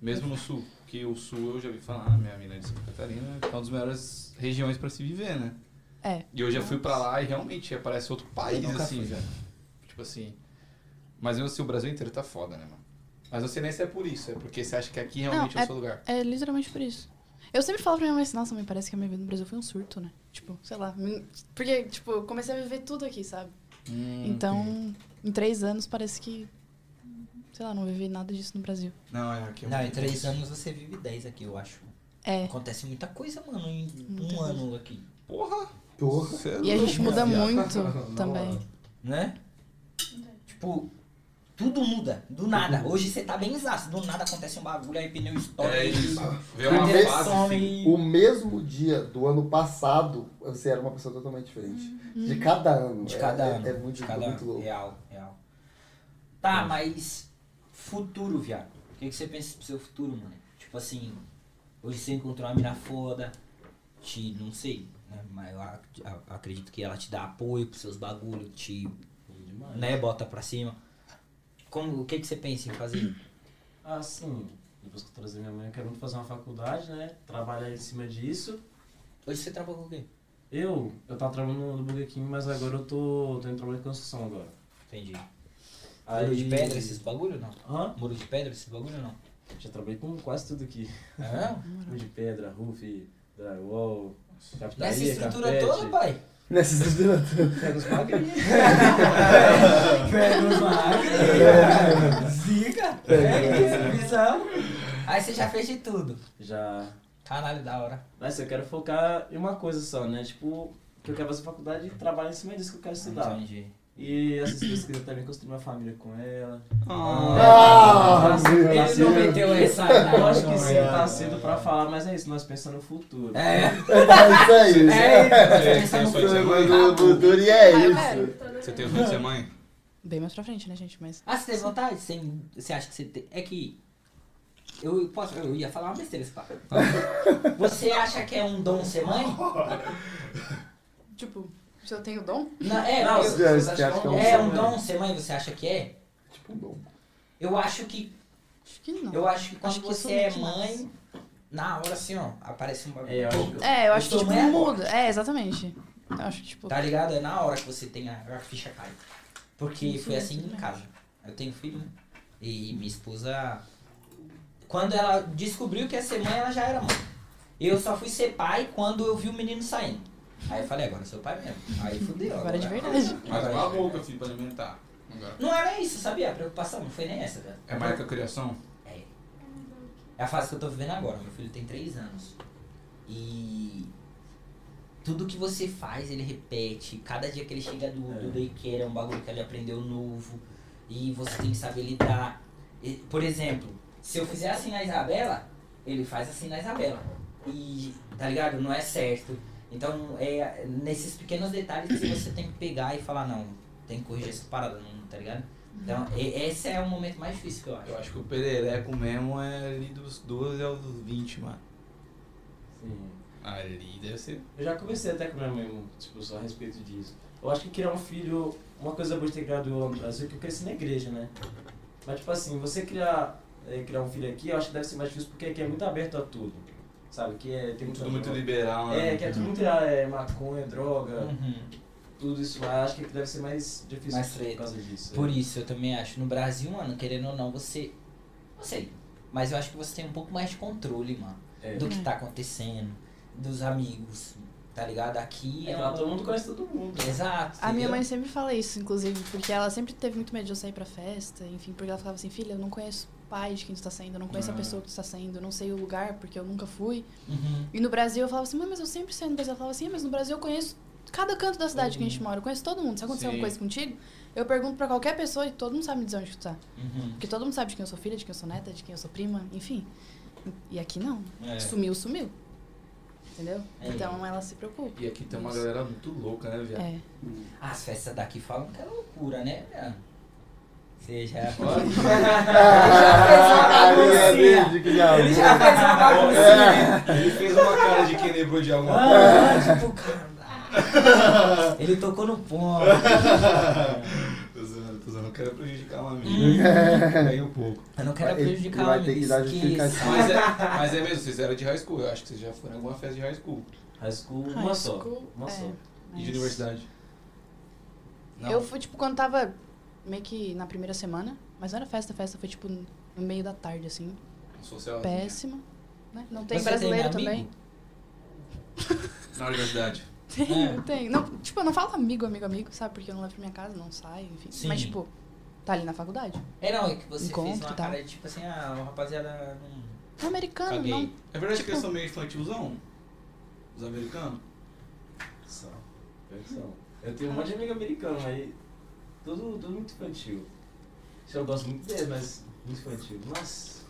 S1: Mesmo no sul. Porque o sul eu já vi falar, ah, minha mina é de Santa Catarina, é uma das melhores regiões pra se viver, né?
S3: É.
S1: E eu já fui pra lá e realmente é, parece outro país,
S2: Eu nunca
S1: assim,
S2: fui.
S1: velho. Tipo assim. Mas mesmo assim, o Brasil inteiro tá foda, né, mano? Mas não sei nem se é por isso, é porque você acha que aqui realmente
S3: Não,
S1: é
S3: é-
S1: o seu lugar.
S3: É literalmente por isso. Eu sempre falo pra minha mãe assim, nossa, mãe, parece que a minha vida no Brasil foi um surto, né? Tipo, sei lá. me- Porque, tipo, eu comecei a viver tudo aqui, sabe?
S1: Hum,
S3: então, em três anos parece que. Sei lá, não vivi nada disso no Brasil.
S1: Não, é aqui. é
S2: Não,
S1: um-
S2: em três anos você vive 10 aqui, eu acho.
S3: É.
S2: Acontece muita coisa, mano, em
S3: Muita
S2: um
S3: coisa.
S2: ano aqui.
S1: Porra!
S5: Porra.
S1: cê é
S3: E a gente
S1: louco,
S3: muda
S1: viado.
S3: muito também.
S2: Né? Tipo, tudo muda, do nada. Hoje você tá bem exausto, do nada acontece um bagulho, aí pneu estoura.
S1: É
S2: aí
S1: isso. Vê
S5: Uma
S1: uma
S2: carteira
S5: vez-
S1: fase,
S2: some,
S1: filho.
S2: e-
S5: O mesmo dia do ano passado, você era uma pessoa totalmente diferente. De cada ano.
S2: Uhum. De
S5: É-
S2: cada
S5: é,
S2: ano.
S5: É muito,
S2: de cada
S5: muito
S2: ano.
S5: louco.
S2: Real, real. Tá, mas futuro, viado. O que, que você pensa pro seu futuro, mano? Tipo assim, hoje você encontrou uma mina foda, te, não sei, né? Mas eu ac- a- acredito que ela te dá apoio pros seus bagulhos, te,
S4: Demais.
S2: né, bota pra cima. Como, o que, que você pensa em fazer?
S4: Ah, sim. Depois que eu trazer minha mãe, eu quero muito fazer uma faculdade, né? Trabalhar em cima disso.
S2: Hoje você trabalha com o quê?
S4: Eu, eu tava trabalhando no Burger King, mas agora eu tô, tô indo trabalhar em construção agora.
S2: Entendi. Muro de pedra, esses bagulho não?
S4: Hã?
S2: Muro de pedra, esses bagulho não?
S4: Já trabalhei com quase tudo aqui.
S2: Ah,
S4: Muro de pedra, roof, drywall, captaria,
S2: Nessa estrutura
S4: carpete.
S2: toda, pai.
S5: Nessa estrutura toda.
S4: Pega os magrinhos.
S2: Pega os magros. Zica. Pega esse visão. Aí você já fez de tudo.
S4: Já.
S2: Caralho, da hora.
S4: Mas eu quero focar em uma coisa só, né? Tipo, que eu quero fazer faculdade e trabalhar em cima disso que eu quero estudar.
S2: Ah, Entendi.
S4: E assim, se Deus quiser também construir uma família com ela. Tá- tá
S5: Ah, meu
S2: Ele não
S5: Deus.
S4: cedo.
S2: meteu essa.
S4: Eu acho que
S2: não,
S4: sim,
S2: é.
S4: tá cedo pra falar, mas é isso, nós pensamos no futuro.
S2: É,
S5: É isso aí.
S2: é isso.
S1: Você tem
S2: Pensando
S1: o
S2: no
S1: sonho de ser
S2: futuro.
S1: mãe?
S5: O futuro e é
S3: Ah, eu
S5: isso.
S3: quero.
S6: então,
S1: Você
S6: né?
S1: tem o sonho de ser mãe?
S3: Bem mais pra frente, né, gente? Mas.
S2: Ah, você tem vontade? Você, você acha que você tem. É que. Eu, posso, eu ia falar uma besteira, esse papo. Você acha que é um dom ser mãe?
S3: Tipo, se eu tenho dom?
S2: Não, é,
S4: Não,
S2: eu-
S4: você
S5: Deus,
S4: acha
S5: que acho que
S4: é
S5: um
S2: é um
S4: sonho.
S2: dom ser mãe, você acha que é?
S5: Tipo, bom.
S2: Eu acho que
S3: Acho que não.
S2: Eu acho que quando
S3: Acho que isso
S2: você é
S3: mete mais.
S2: mãe, na hora assim, ó, aparece um bagulho.
S4: É, eu acho que
S3: É, eu acho
S2: Eu
S3: que,
S2: sou
S3: tipo,
S2: mãe agora.
S3: muda. É, exatamente. Eu acho que, tipo.
S2: Tá ligado? É na hora que você tem a, a ficha cai. Porque
S3: Isso
S2: foi
S3: é
S2: assim
S3: muito
S2: em
S3: bem.
S2: casa. Eu tenho filho, né? E minha esposa. Quando ela descobriu que ia ser mãe, ela já era mãe. Eu só fui ser pai quando eu vi o menino saindo. Aí eu falei, agora eu sou pai mesmo. Aí fudeu.
S3: Agora é de verdade.
S1: Mas cala a boca, filho, pra alimentar. Agora.
S2: Não era isso, sabia? A preocupação não foi nem essa, velho.
S1: É mais que a criação?
S2: É. É a fase que eu tô vivendo agora. Meu filho tem 3 anos. E. Tudo que você faz, ele repete. Cada dia que ele chega do, do daycare é um bagulho que ele aprendeu novo. E você tem que saber lidar. E, por exemplo, se eu fizer assim na Isabela, ele faz assim na Isabela. E, tá ligado? Não é certo. Então, é nesses pequenos detalhes que você tem que pegar e falar: não, tem que corrigir essa parada, não, tá ligado? Então, e- esse é o momento mais difícil que eu acho.
S1: Eu acho que o perereco mesmo é ali dos 12 aos 20, mano.
S4: sim.
S1: Ali deve ser.
S4: Eu já conversei até com minha mãe, tipo, só a respeito disso. Eu acho que criar um filho, uma coisa boa de ter criado lá no Brasil, é que eu cresci na igreja, né? Mas, tipo assim, você criar, eh, criar um filho aqui, eu acho que deve ser mais difícil, porque aqui é muito aberto a tudo, sabe? Que é, tem muita
S1: Tudo muito
S4: droga.
S1: liberal, né?
S4: É, que é tudo muito é, maconha, droga,
S2: Uhum.
S4: tudo isso lá. Acho que aqui deve ser mais difícil
S2: Mais
S4: por
S2: treta.
S4: causa disso.
S2: Por
S4: é.
S2: isso, eu também acho. No Brasil, mano, querendo ou não, você. Não sei. Mas eu acho que você tem um pouco mais de controle, mano.
S4: É.
S2: Do que tá acontecendo, dos amigos, tá ligado? Aqui
S4: É,
S2: é
S4: lá
S2: um.
S4: todo mundo conhece todo mundo. né?
S2: Exato.
S3: A minha
S2: entendeu?
S3: mãe sempre fala isso, inclusive, porque ela sempre teve muito medo de eu sair pra festa, enfim, porque ela falava assim, filha, eu não conheço o pai de quem tu tá saindo, eu não conheço
S1: Ah.
S3: a pessoa que tu tá saindo, eu não sei o lugar, porque eu nunca fui.
S2: Uhum.
S3: E no Brasil eu falava assim, mãe, mas eu sempre saio no Brasil. Ela falava assim, mas no Brasil eu conheço cada canto da cidade que a gente mora, eu conheço todo mundo. Se acontecer
S1: Sim.
S3: alguma coisa contigo, eu pergunto pra qualquer pessoa e todo mundo sabe me dizer onde tu tá.
S2: Uhum.
S3: Porque todo mundo sabe de quem eu sou filha, de quem eu sou neta, de quem eu sou prima, enfim. E aqui não.
S2: É.
S3: Sumiu, sumiu. Entendeu?
S2: É.
S3: Então ela se preocupa.
S1: E aqui tem uma
S3: Isso.
S1: galera muito louca, né, viado?
S3: É.
S2: As festas daqui falam que é loucura, né, velho? Você já.
S1: Olha.
S2: já
S5: Ah,
S2: fez uma
S5: minha
S2: baguncinha.
S5: desde que já-
S2: Ele já um fez uma baguncinha.
S1: Ele fez uma cara de quem lembrou de alguma coisa.
S2: Ah, tipo, caralho. Ele tocou no ponto.
S1: tô zoando, tô zoando. Eu quero prejudicar uma amiga. Nem um pouco.
S2: Eu não quero
S5: Ele-
S2: prejudicar
S5: ele
S2: o
S5: vai ter que
S2: amigo,
S5: dar
S2: esqueça.
S5: justificativa.
S1: Mas é, mas é mesmo, vocês eram de high school. Eu acho que vocês já foram em alguma festa de high school.
S4: High school,
S3: High
S4: uma só.
S3: school,
S4: Uma
S3: Ah, é.
S4: só.
S1: E de
S3: mas-
S1: universidade? Não.
S3: Eu fui, tipo, quando tava meio que na primeira semana, mas não era festa, festa foi, tipo, no meio da tarde, assim.
S1: Social.
S3: Péssima. né? Não tem
S2: Você
S3: brasileiro
S2: tem
S3: também.
S2: amigo?
S1: Na universidade.
S3: Tenho,
S2: É.
S3: tenho. Não, tipo, eu não falo amigo, amigo, sabe? Porque eu não levo pra minha casa, não saio, enfim.
S2: Sim.
S3: Mas, tipo, tá ali na faculdade.
S2: É não, é que você fez
S3: Encontro
S2: uma
S3: e tal.
S2: cara de tipo assim, ah, o rapaziada não.
S3: É americano,
S2: Caguei.
S3: não.
S1: É verdade que
S3: Tipo-
S1: eles são meio infantilzão? Os americanos?
S4: São. Pior que são. Eu tenho um monte de amigo americano, aí. Tudo, tudo muito infantil. Isso Eu gosto muito dele, mas muito infantil. Nossa.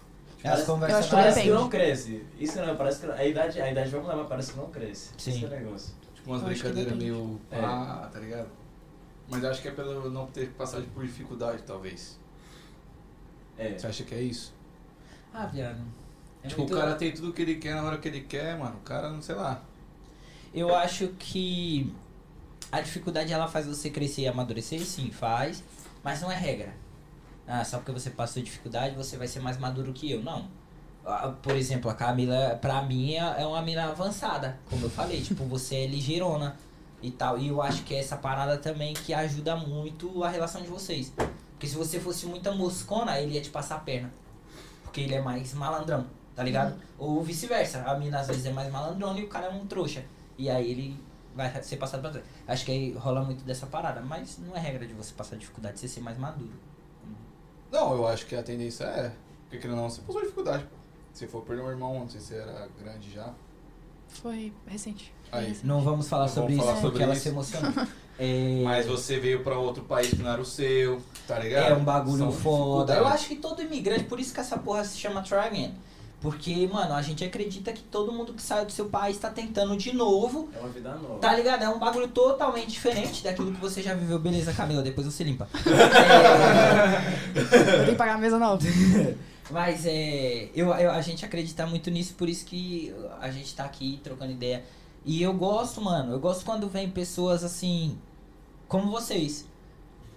S2: Elas
S3: Eu acho
S2: conversam
S3: que
S2: mais.
S4: Parece que
S3: depende.
S4: não cresce. Isso não, parece que a idade, a idade vai mudar, mas parece que não cresce.
S2: Sim.
S4: Esse é o negócio.
S1: Tipo, umas
S3: Eu acho que
S1: brincadeiras
S3: depende.
S1: meio
S4: É.
S1: pá, tá ligado? Mas eu acho que é pelo não ter passado por dificuldade, talvez.
S4: É.
S1: Você acha que é isso?
S2: Ah, viado. É
S1: tipo,
S2: muito-
S1: o cara tem tudo que ele quer na hora que ele quer, mano. O cara, não sei lá.
S2: Eu acho que a dificuldade ela faz você crescer e amadurecer, sim, faz, mas não é regra. Ah, só porque você passou dificuldade, você vai ser mais maduro que eu. Não. Ah, Por exemplo, a Camila, pra mim, é é uma mina avançada, como eu falei. tipo, você é ligeirona e tal. E eu acho que é essa parada também que ajuda muito a relação de vocês. Porque se você fosse muita moscona, ele ia te passar a perna. Porque ele é mais malandrão, tá ligado? Ou vice-versa. A mina às vezes é mais malandrona e o cara é um trouxa. E aí ele vai ser passado pra trás. Acho que aí rola muito dessa parada, mas não é regra de você passar dificuldade, você ser mais maduro.
S1: Não, eu acho que a tendência é. Porque querendo ou não, você passou dificuldade, pô. Você foi perder um irmão, não sei se era grande já.
S3: Foi recente.
S1: Aí.
S2: Não vamos falar
S1: Não
S2: sobre
S1: vamos falar
S2: isso porque
S1: sobre
S2: ela
S1: isso.
S2: se emocionou. É,
S1: Mas você veio pra outro país que não era o seu, tá ligado?
S2: é um bagulho
S1: São
S2: foda.
S1: dificuldades.
S2: Eu acho que todo imigrante, por isso que essa porra se chama Try Again. Porque, mano, a gente acredita que todo mundo que sai do seu país tá tentando de novo
S4: É uma vida nova.
S2: Tá ligado? É um bagulho totalmente diferente daquilo que você já viveu. Beleza, Camila, depois você limpa. É,
S3: Eu tenho que pagar a mesa nova.
S2: Mas é, eu, eu- a gente acredita muito nisso, por isso que a gente tá aqui trocando ideia. E eu gosto, mano. Eu gosto quando vem pessoas assim, como vocês.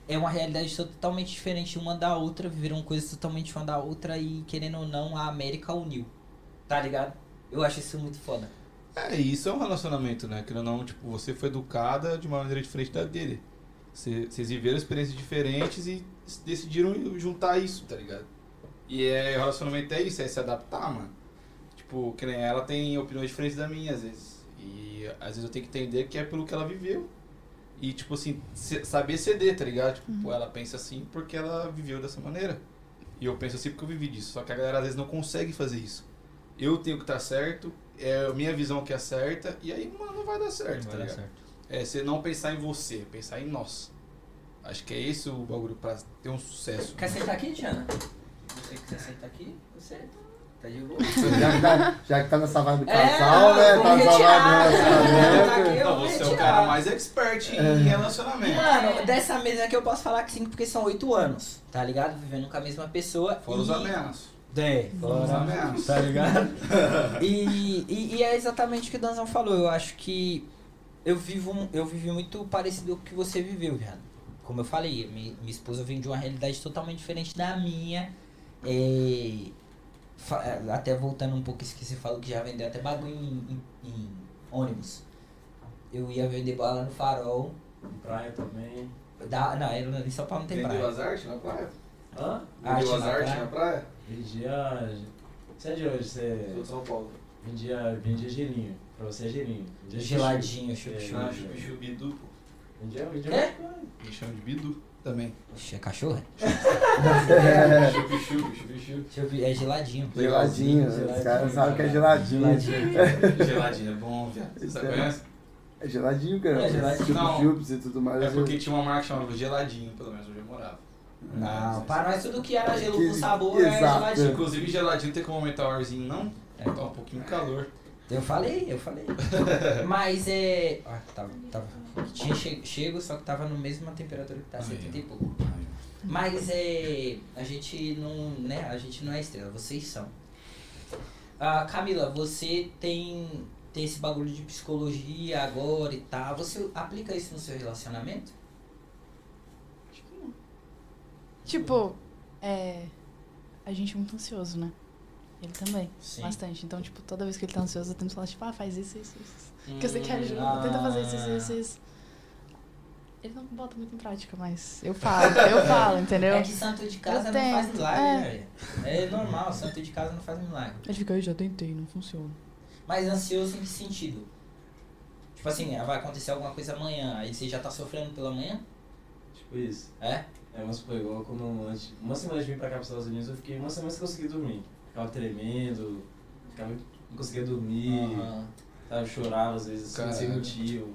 S2: É uma realidade totalmente diferente uma da outra, viveram coisas totalmente uma da outra e, querendo ou não, a América uniu. Tá ligado? Eu acho isso muito foda.
S1: É, e isso é um relacionamento, né? Que não, tipo, você foi educada de uma maneira diferente da dele. Cê- Vocês viveram experiências diferentes e s- decidiram juntar isso, tá ligado? E é, o relacionamento é isso, é se adaptar, mano. Tipo, que nem ela tem opiniões diferentes da minha, às vezes. E às vezes eu tenho que entender que é pelo que ela viveu. E, tipo assim, se- saber ceder, tá ligado? Tipo, pô, ela pensa assim porque ela viveu dessa maneira. E eu penso assim porque eu vivi disso. Só que a galera às vezes não consegue fazer isso. Eu tenho que estar certo, é a minha visão que é certa, e aí, mano, não vai dar certo, tá ligado? É você não pensar em você, pensar em nós. Acho que é esse o bagulho pra ter um sucesso.
S2: Quer sentar aqui, Diana? Você que quer sentar aqui? Você tá de boa.
S5: Já que tá, já que tá nessa vibe casal, né? Tá nessa vibe relacionamento.
S1: Não, você é o cara mais expert em relacionamento.
S2: Mano, dessa mesa aqui eu posso falar que sim, porque são oito anos, tá ligado? Vivendo com a mesma pessoa.
S1: Fora
S2: e...
S1: os ameaços.
S2: É,
S1: Fora os ameaços.
S2: Tá ligado? e, e, e é exatamente o que o Danzão falou. Eu acho que eu vivo um- eu vivi muito parecido com o que você viveu, viado. Como eu falei, mi- minha esposa vem de uma realidade totalmente diferente da minha. É, fa- até voltando um pouco, esqueci, falou que já vendeu até bagulho em, em- em ônibus. Eu ia vender bala no farol.
S4: Praia também.
S2: Da, não, era em São Paulo não tem
S1: Vendeu
S2: praia.
S1: as artes na praia?
S4: Hã?
S1: Vendeu
S2: Arte
S1: as
S2: na
S1: artes
S2: praia.
S1: na praia?
S4: Vendia. Você é de hoje,
S1: Sou
S4: você.
S1: de São Paulo.
S4: Vendia, vendia gelinho. Pra você é gelinho. Vendia
S2: Geladinho, chup
S4: É.
S2: chup.
S1: Ah, bicho, Bidu. pô.
S4: Vendia, vendia.
S2: É?
S1: Me chama de Bidu também.
S2: Oxe, é cachorro?
S1: Chup, chup, chup, chup.
S2: Deixa eu ver, é geladinho.
S5: Geladinho, né? os caras sabem que é geladinho.
S1: Geladinho é bom, viado. Você sabe- conhece?
S5: É geladinho, cara.
S2: É geladinho.
S1: Não.
S5: Chup-chups e tudo mais.
S1: É porque tinha uma marca que chamava Geladinho, pelo menos onde eu morava.
S2: Não, para nós tudo que era gelo com sabor é
S5: Exato.
S2: geladinho.
S1: Inclusive, geladinho tem como aumentar o arzinho, não?
S2: É.
S1: Tá um pouquinho calor.
S2: Eu falei, eu falei. Mas é. Ah, tava. tava tinha che- chego, só que tava na mesma temperatura que tá,
S1: Aí,
S2: 70 e pouco. Mas é. A gente não. né? A gente não é estrela, vocês são. Ah, Camila, você tem. Tem esse bagulho de psicologia agora e tal. Você aplica isso no seu relacionamento?
S3: Acho que não. Tipo, é. A gente é muito ansioso, né? Ele também,
S2: Sim.
S3: bastante. Então, é
S2: Hum,
S3: tipo, toda vez que ele tá ansioso, eu tento falar, tipo, ah, faz isso, isso, isso. Porque eu sei que ajuda. Tenta fazer isso, isso, isso, isso. Ele não bota muito em prática, mas eu falo, eu falo, entendeu?
S2: É que santo de casa
S3: Eu
S2: não faz
S3: tento,
S2: milagre, velho. É normal, santo de casa não faz milagre.
S3: Ele fica, eu já tentei, não funciona.
S2: Mas ansioso em que sentido? Tipo assim, ah, vai acontecer alguma coisa amanhã, aí você já tá sofrendo pela manhã?
S4: Tipo isso.
S2: É?
S4: É, mas foi igual quando antes, uma semana de vir pra cá pros Estados Unidos, eu fiquei uma semana sem conseguir dormir. Ficava tremendo, ficava, não conseguia dormir,
S2: Aham.
S4: sabe, chorava às vezes, assim, sem
S1: Caralho.
S4: motivo.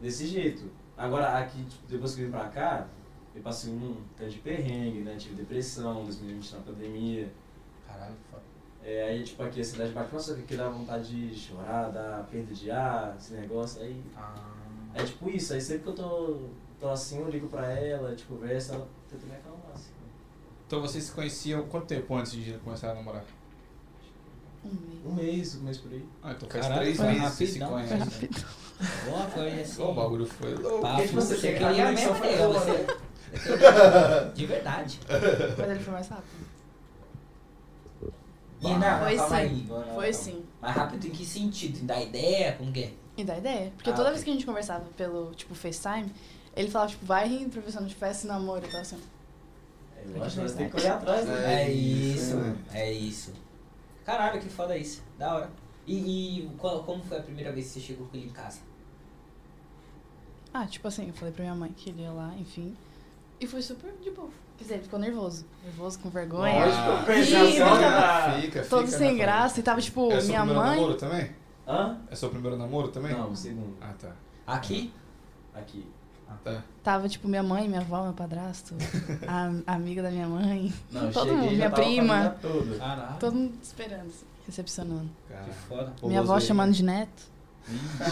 S4: Desse jeito. Agora, aqui, tipo, depois que eu vim pra cá, eu passei um tanto de perrengue, né? Tive depressão, 2020 na pandemia.
S2: Caralho, que foda.
S4: É, aí, tipo, aqui a cidade bate, nossa, que dá vontade de chorar, dá perda de ar, esse negócio. Aí,
S2: Ah,
S4: é tipo isso, aí sempre que eu tô, tô assim, eu ligo pra ela, a gente conversa, ela tenta me acalmar, assim.
S1: Então vocês se conheciam quanto tempo antes de começar a namorar?
S3: Um mês.
S4: Um mês, um mês por aí.
S1: Ah, então faz
S2: Caralho,
S1: três
S2: foi
S1: meses que se
S2: rapidão. né?
S1: conhece.
S3: Rápido.
S2: boa, foi assim.
S1: Ô, O bagulho foi louco.
S2: Papo,
S4: Tipo, você
S2: você
S4: quer que
S2: queria
S4: a
S2: mesmo,
S4: conexão foi
S2: nega,
S4: boa,
S2: você-
S4: né?
S2: você queria- De verdade.
S3: Mas ele foi mais rápido.
S2: E não,
S3: Foi
S2: calma
S3: sim.
S2: aí. não, não,
S3: Foi
S2: não.
S3: sim.
S2: Mas rápido em que sentido? Da ideia? Como que é?
S3: E dá ideia. Porque
S2: Ah,
S3: toda
S2: ok.
S3: vez que a gente conversava pelo, tipo, FaceTime, ele falava, tipo, vai rindo, professor, não tivesse namoro. Eu tava assim,
S4: É, Eu acho que nós temos que correr atrás, né?
S1: É
S2: É isso,
S1: isso,
S2: mano. é isso. Caralho, que foda isso. Da hora. E, e qual- como foi a primeira vez que você chegou com ele em casa?
S3: ah, tipo assim, eu falei pra minha mãe que ele ia lá, enfim. E foi super de boa. Quer dizer, ele ficou nervoso. Nervoso, com vergonha.
S1: Lógico.
S4: Lógico,
S3: Ih,
S4: pensa
S1: Ah,
S4: agora.
S1: Fica,
S3: Todo
S1: fica,
S3: sem
S1: né,
S3: graça. E tava, tipo,
S1: família? É seu
S3: minha
S1: primeiro
S3: mãe...
S1: namoro também?
S4: Hã?
S1: É seu primeiro namoro também?
S4: Não, o segundo.
S1: Ah, tá.
S2: Aqui?
S4: Aqui.
S3: Tava, tipo, minha mãe, minha avó, meu padrasto, a, a amiga da minha mãe.
S4: Não, eu
S3: Todo
S4: cheguei,
S3: mundo,
S4: já
S3: minha
S4: tava com a
S3: prima.
S4: família toda.
S2: Caralho.
S3: Todo mundo esperando, assim, recepcionando.
S2: Que
S1: Cara,
S2: foda.
S4: Pô,
S3: minha avó
S4: gostei.
S3: chamando de neto.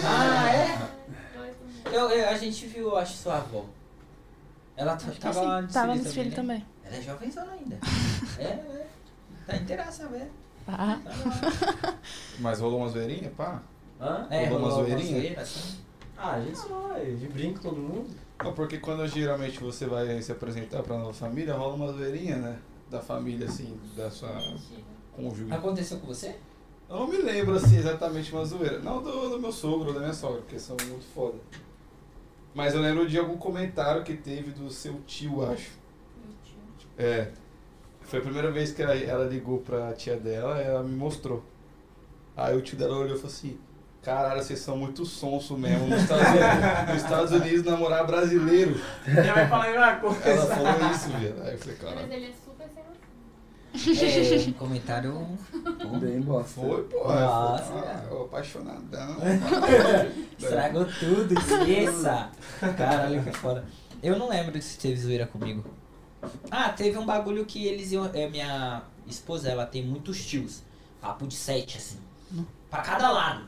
S2: Ah, é? Eu, eu- a gente viu, eu acho, sua avó. Ela tá,
S3: Acho que
S2: tava
S3: assim,
S2: lá no
S3: tava
S2: desfile
S3: nesse filho
S2: né?
S3: também.
S2: Ela é jovenzona ainda. é, né? Tá inteiraça, velho.
S3: Tá.
S2: Tá lá.
S1: Mas rolou umas veirinhas, pá?
S4: Hã?
S2: É,
S1: Rolou uma
S2: rolou uma
S1: zoeirinha?
S2: zoeira, assim.
S4: Ah, a gente só vai de brinco todo mundo.
S1: Não, porque quando geralmente você vai se apresentar pra nova família, rola umas veirinhas, né? Da família, assim, da sua
S6: um
S1: cônjuge.
S2: Aconteceu com você?
S1: Eu não me lembro, assim, exatamente uma zoeira. Não do, do meu sogro, da minha sogra, porque são muito foda. Mas eu lembro de algum comentário que teve do seu tio, acho. É. Foi a primeira vez que ela, ela ligou pra tia dela ela me mostrou. Aí o tio dela olhou e falou assim, caralho, vocês são muito sonso mesmo. Nos Estados Unidos, nos Estados Unidos namorar brasileiro.
S4: Já vai falar a mesma coisa.
S1: Ela falou isso, velho. Aí eu falei,
S6: Mas
S1: caralho.
S6: ele é super sem noção.
S2: É, um comentário. bom.
S5: Bem bosta.
S1: Foi, pô.
S2: Nossa,
S1: eu, falei, ah,
S2: cara.
S1: eu apaixonadão.
S2: Estragou tudo, esqueça! Caralho, que fora. Eu não lembro se teve zoeira comigo. Ah, teve um bagulho que eles iam. é, minha esposa, ela tem muitos tios. Papo de sete, assim. Pra cada lado.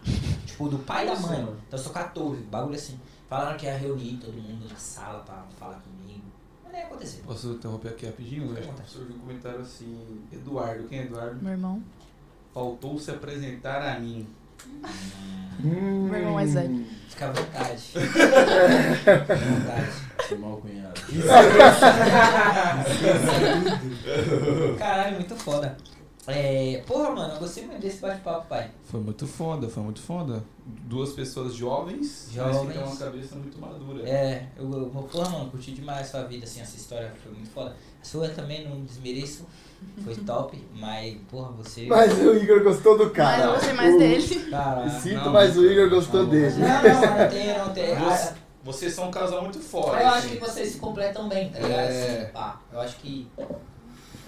S2: Tipo, do pai e da mãe. Então eu sou 14, bagulho assim. Falaram que ia reunir todo mundo na sala pra falar comigo. Mas não ia acontecer.
S1: Posso interromper aqui rapidinho? Eu acho que surgiu um comentário assim. Eduardo, quem é Eduardo?
S3: Ah, Meu irmão.
S1: Faltou se apresentar a mim.
S5: Hum.
S3: Meu irmão é mais velho.
S2: Fica à vontade. Fica à vontade.
S4: Foi mal cunhado.
S2: Caralho, muito foda. É, porra, mano, eu gostei muito desse bate-papo, pai.
S1: Foi muito foda, foi muito foda. Duas pessoas jovens, mas que têm uma
S2: Jovens.
S1: cabeça muito madura.
S2: É, eu, eu porra, mano, curti demais sua vida, assim, essa história foi muito foda. A sua também não desmereço, foi top, mas, porra, você.
S5: Mas o Igor gostou do
S2: Ah,
S3: Mas
S5: cara.
S3: eu gostei mais
S2: Uh.
S5: O-
S3: dele.
S2: Caralho.
S5: Sinto,
S1: Não,
S5: mas o Igor
S1: não.
S5: gostou dele.
S2: Não, não, não tem, não tem.
S1: Você- Vocês são um casal muito
S2: Ah,
S1: forte.
S2: eu acho
S1: assim.
S2: que vocês se completam bem, tá ligado?
S1: É.
S2: Assim, pá, eu acho que.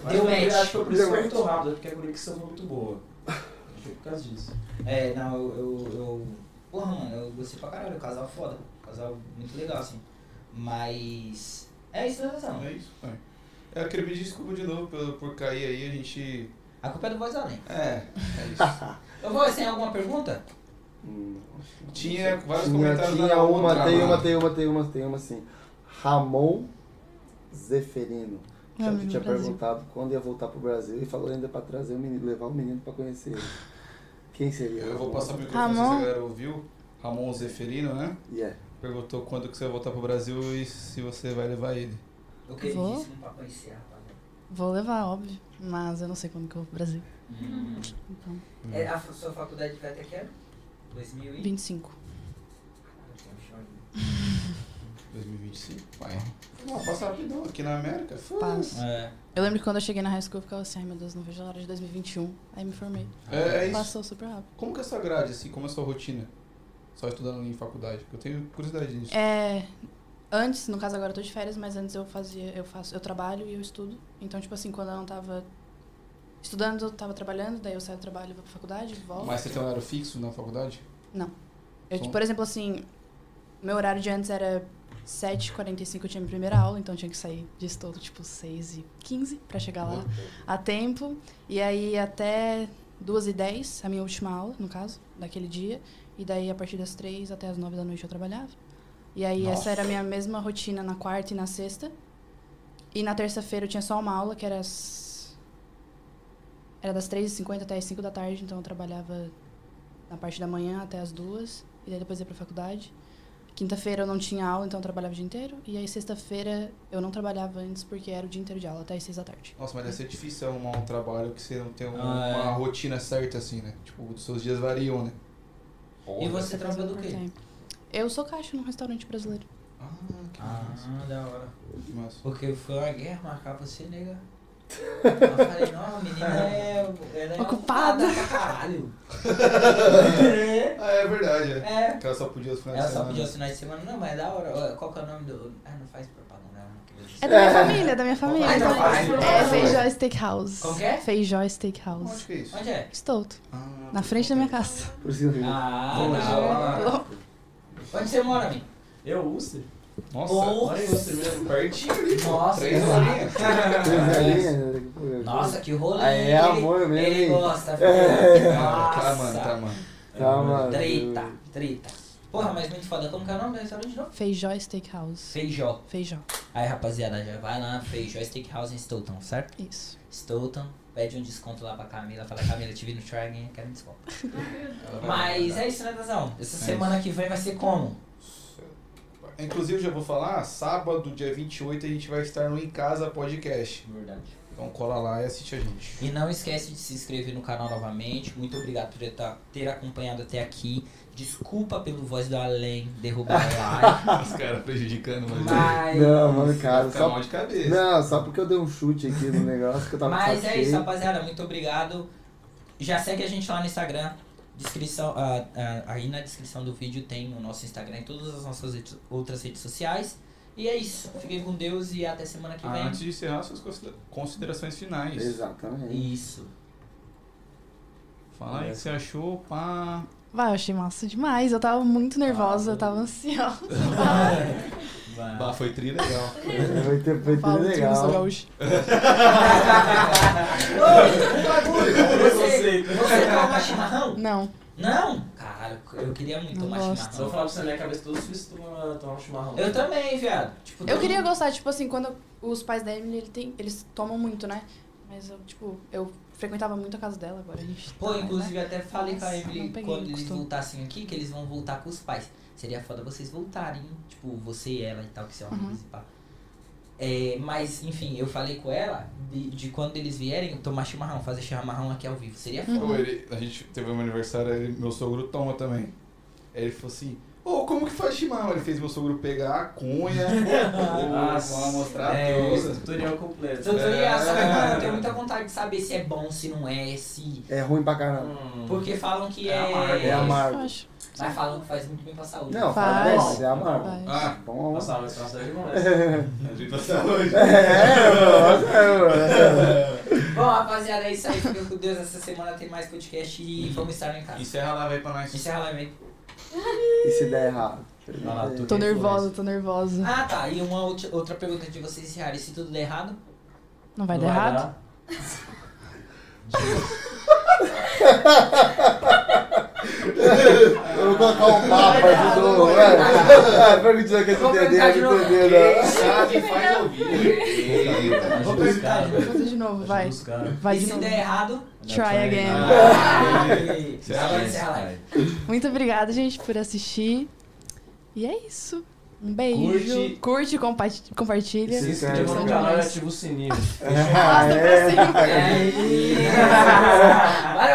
S4: Mas
S2: Deu
S4: eu acho
S2: match.
S4: que eu preciso
S5: Deu
S4: foi
S5: match.
S4: muito rápido, porque a conexão foi muito boa. Acho que é por causa disso.
S2: É, não, eu, eu, eu. Porra, mano, eu gostei pra caralho, o casal é foda. Casal muito legal, assim. Mas. É isso, né, razão.
S1: É isso, pai. É, Eu queria pedir desculpa de novo por, por cair aí, a gente.
S2: A culpa é do Voz Além.
S1: É, é isso.
S2: Eu vou, você tem alguma pergunta?
S5: Hum.
S1: tinha vários
S5: Tinha,
S1: comentários
S5: tinha
S1: na
S5: uma,
S1: outra,
S5: tem
S1: mano.
S5: uma, tem uma, tem uma, tem uma assim. Ramon Zeferino.
S3: Meu
S5: Já
S3: amigo É, do
S5: tinha
S3: Brasil.
S5: perguntado quando ia voltar pro Brasil e falou ainda pra trazer o menino, levar o menino pra conhecer ele. Quem seria?
S1: Eu vou
S5: Ramon?
S1: passar o microfone se
S3: Ramon?
S1: a galera ouviu. Ramon Zeferino, né?
S5: Yeah.
S1: Perguntou quando que você vai voltar pro Brasil e se você vai levar ele.
S2: O que ele
S3: Vou.
S2: disse não pra conhecer, rapaziada.
S3: Vou levar, óbvio. Mas eu não sei quando que eu vou pro Brasil. Então,
S2: É, a fa- sua faculdade vai até que ano? 2000 e...
S3: 25.
S2: Ah, tem um show ainda.
S1: 2025? Vai. Não, passa rapidão aqui na América.
S2: Uh.
S1: Foda-se.
S3: Passa.
S4: É.
S3: Eu lembro que quando eu cheguei na high school, eu ficava assim, ai meu Deus, não vejo a hora de 2021. Aí me formei.
S1: É, é isso.
S3: Passou super rápido.
S1: Como que é a sua grade, assim? Como é a sua rotina? Só estudando em faculdade? que Eu tenho curiosidade disso.
S3: É. Antes, no caso agora eu tô de férias, mas antes eu fazia, eu faço, eu trabalho e eu estudo. Então, tipo assim, quando eu não tava estudando, eu tava trabalhando, daí eu saio do trabalho, vou pra faculdade, volto.
S1: Mas você tem um horário fixo na faculdade?
S3: Eu, tipo, por exemplo, assim, meu horário de antes era 7h45, eu tinha minha primeira aula, então eu tinha que sair de estudo, tipo, 6h15 pra chegar lá
S1: Né?
S3: a tempo. E aí até 2h10, a minha última aula, no caso, daquele dia. E daí a partir das 3 até as 9 da noite eu trabalhava. E aí
S1: Nossa.
S3: essa era a minha mesma rotina na quarta e na sexta. E na terça-feira eu tinha só uma aula, que era as... Era das 3h50 até as 5 da tarde, então eu trabalhava na parte da manhã até as 2 e daí depois ia pra faculdade. Quinta-feira eu não tinha aula, então eu trabalhava o dia inteiro. E aí sexta-feira eu não trabalhava antes porque era o dia inteiro de aula, até as 6 da tarde.
S1: Nossa, mas deve ser difícil arrumar um trabalho que você não tem um-
S4: Ah, é.
S1: uma rotina certa, assim, né? Tipo, os seus dias variam, né?
S2: E você
S3: Fazendo
S2: trabalha do quê?
S3: part-time. Eu sou caixa num restaurante brasileiro.
S1: Ah, que
S2: Ah,
S1: massa.
S2: da hora.
S1: Que massa.
S2: Porque foi uma guerra marcar você, nega. Eu falei, não, a menina é. Ela é
S3: Ocupada.
S2: pra caralho.
S1: Ah, é verdade, é.
S2: é.
S1: Que ela só podia os finais
S2: Ela
S1: de
S2: só
S1: semana.
S2: podia os finais de semana. Não, mas é da hora. Ó, Qual que é o nome do. Ah, não faz propaganda. não, que beleza.
S3: É da minha família, é da minha família.
S2: Ah, então
S3: então,
S2: faz, então
S3: é
S2: faz.
S3: Feijó Steakhouse.
S2: Como que é?
S3: Feijó Steakhouse.
S1: Onde que é isso?
S2: Onde é?
S3: Estouto.
S1: Ah,
S3: Na frente da minha casa.
S5: Por isso que eu digo,
S2: Ah,
S4: Onde?
S2: da hora.
S3: Não.
S2: Onde você mora, menino?
S4: Eu, Ulster?
S1: Nossa,
S2: Porra.
S1: olha isso mesmo. Pertinho ali. pô.
S2: Nossa,
S1: Três
S2: que
S1: horinhas.
S5: três galinhas, né? Pô, eu-
S2: é. Nossa, que rolê.
S5: É, é amor mesmo,
S2: Ele
S5: hein?
S2: gosta.
S5: É.
S2: Nossa.
S1: Tá, mano, tá, mano.
S5: Tá, mano.
S2: é Treta, treta. Porra, mas muito foda. Como que é o nome do restaurante de novo?
S3: Feijó Steakhouse.
S2: Feijó.
S3: Feijó.
S2: Aí, rapaziada, já vai lá. Feijó Steakhouse em Stoughton, certo?
S3: Isso.
S2: Stoughton. Pede um desconto lá pra Camila. Fala, Camila, te vi no Trying, quero um desconto. Mas é isso, né, Dazão? Essa
S1: É
S2: semana que vem vai ser como?
S1: Inclusive, já vou falar, sábado, dia 28, a gente vai estar no Em Casa Podcast.
S2: Verdade.
S1: Então cola lá e assiste a gente.
S2: E não esquece de se inscrever no canal novamente. Muito obrigado por tá- ter acompanhado até aqui. Desculpa pelo Voz do Além derrubar a live.
S1: Os caras prejudicando,
S2: Mas...
S5: Não, mano,
S1: Vai
S5: cara,
S1: ficar
S5: só.
S1: mal de cabeça.
S5: Não, só porque eu dei um chute aqui no negócio que eu tava com
S2: Mas
S5: saco
S2: é isso,
S5: cheio.
S2: rapaziada. Muito obrigado. Já segue a gente lá no Instagram. Descrição, ah, ah, aí na descrição do vídeo tem o nosso Instagram e todas as nossas redes- outras redes sociais. E é isso. Fiquem com Deus e até semana que
S1: Ah,
S2: vem.
S1: Antes de encerrar, suas considera- considerações finais.
S5: Exatamente.
S2: Isso.
S1: Fala aí o que você achou, pá.
S3: Vai, eu achei massa demais. Eu tava muito nervosa, eu tava assim, ansiosa.
S4: Vai.
S1: Bah, foi tri legal.
S5: Foi, foi, foi
S3: Falo tudo, sou
S5: legal.
S3: gaúcha.
S2: você, você toma chimarrão?
S3: Não,
S2: Não? Caralho, eu queria muito
S3: Não
S2: tomar
S3: gosto.
S4: Só vou
S2: chimarrão.
S4: falar pra você, na minha cabeça, todos os filhos tomam tomam um chimarrão.
S2: Eu também, viado. Tipo,
S3: eu
S2: todo
S3: queria
S2: mundo-
S3: gostar, tipo assim, quando os pais da Emily, ele tem- eles tomam muito, né? Mas eu, tipo, eu frequentava muito a casa dela agora, a gente. tá
S2: Pô,
S3: mais, né?
S2: inclusive até falei com a
S3: Nossa,
S2: Emily
S3: não peguei,
S2: quando eles
S3: custou.
S2: voltassem aqui, que eles vão voltar com os pais. Seria foda vocês voltarem, tipo, você e ela e tal, que são
S3: Uhum.
S2: amigos e pá. É, mas, enfim, eu falei com ela de, de quando eles vierem tomar chimarrão, fazer chimarrão aqui ao vivo. Seria foda.
S4: Uhum.
S1: Pô, ele- a gente teve um aniversário, ele- meu sogro toma também. Aí ele falou assim, ô, como que faz chimarrão? Ele fez meu sogro pegar a cunha, vou mostrar
S4: é,
S1: tudo.
S4: tutorial completo.
S2: Tutorial, só que,
S1: É.
S2: "Ah, mano, eu tenho muita vontade de saber se é bom, se não é, se.
S5: É ruim pra caramba.
S2: Porque falam que
S4: É
S2: é.
S4: amargo,
S5: É
S3: Eu
S5: amargo.
S3: acho.
S2: Mas falam que faz muito bem pra saúde.
S5: Não,
S3: Faz.
S5: faz bom, é amargo.
S3: Vai.
S1: Ah,
S5: Bom.
S4: Nossa, mas nossa, é demais.
S1: a gente tá saúde.
S5: É, mano.
S2: Bom, rapaziada, é isso aí. Fica com Deus. Essa semana tem mais podcast e vamos estar lá em casa.
S1: Encerra lá, vai pra nós.
S2: Encerra lá, vem.
S5: E se der errado?
S4: Vai lá, tu-
S3: Tô nervosa, tô nervosa.
S2: Ah, tá. E uma outra, outra pergunta de vocês encerrarem. Se tudo der errado,
S3: Não vai dar errado?
S5: Eu vou colocar um papo aqui de novo, velho. Perguntinha que esse DD
S2: perguntar de
S5: não
S2: novo.
S5: entendeu, não.
S1: Sabe, faz ouvir. Eita.
S4: Vou
S3: Vou fazer de novo, vai. Vai
S2: e
S3: de
S2: se
S3: novo.
S2: der errado,
S3: Try again.
S2: encerra lá, encerra lá.
S3: Muito obrigada, gente, por assistir. E é isso. Um
S4: Curte.
S3: beijo. Curte, compa- compartilha.
S5: Sim.
S4: Se inscreva no
S3: é São
S4: canal e
S3: demais.
S4: ativa o sininho.
S5: É,
S3: Arrasta pra cima.
S2: É isso.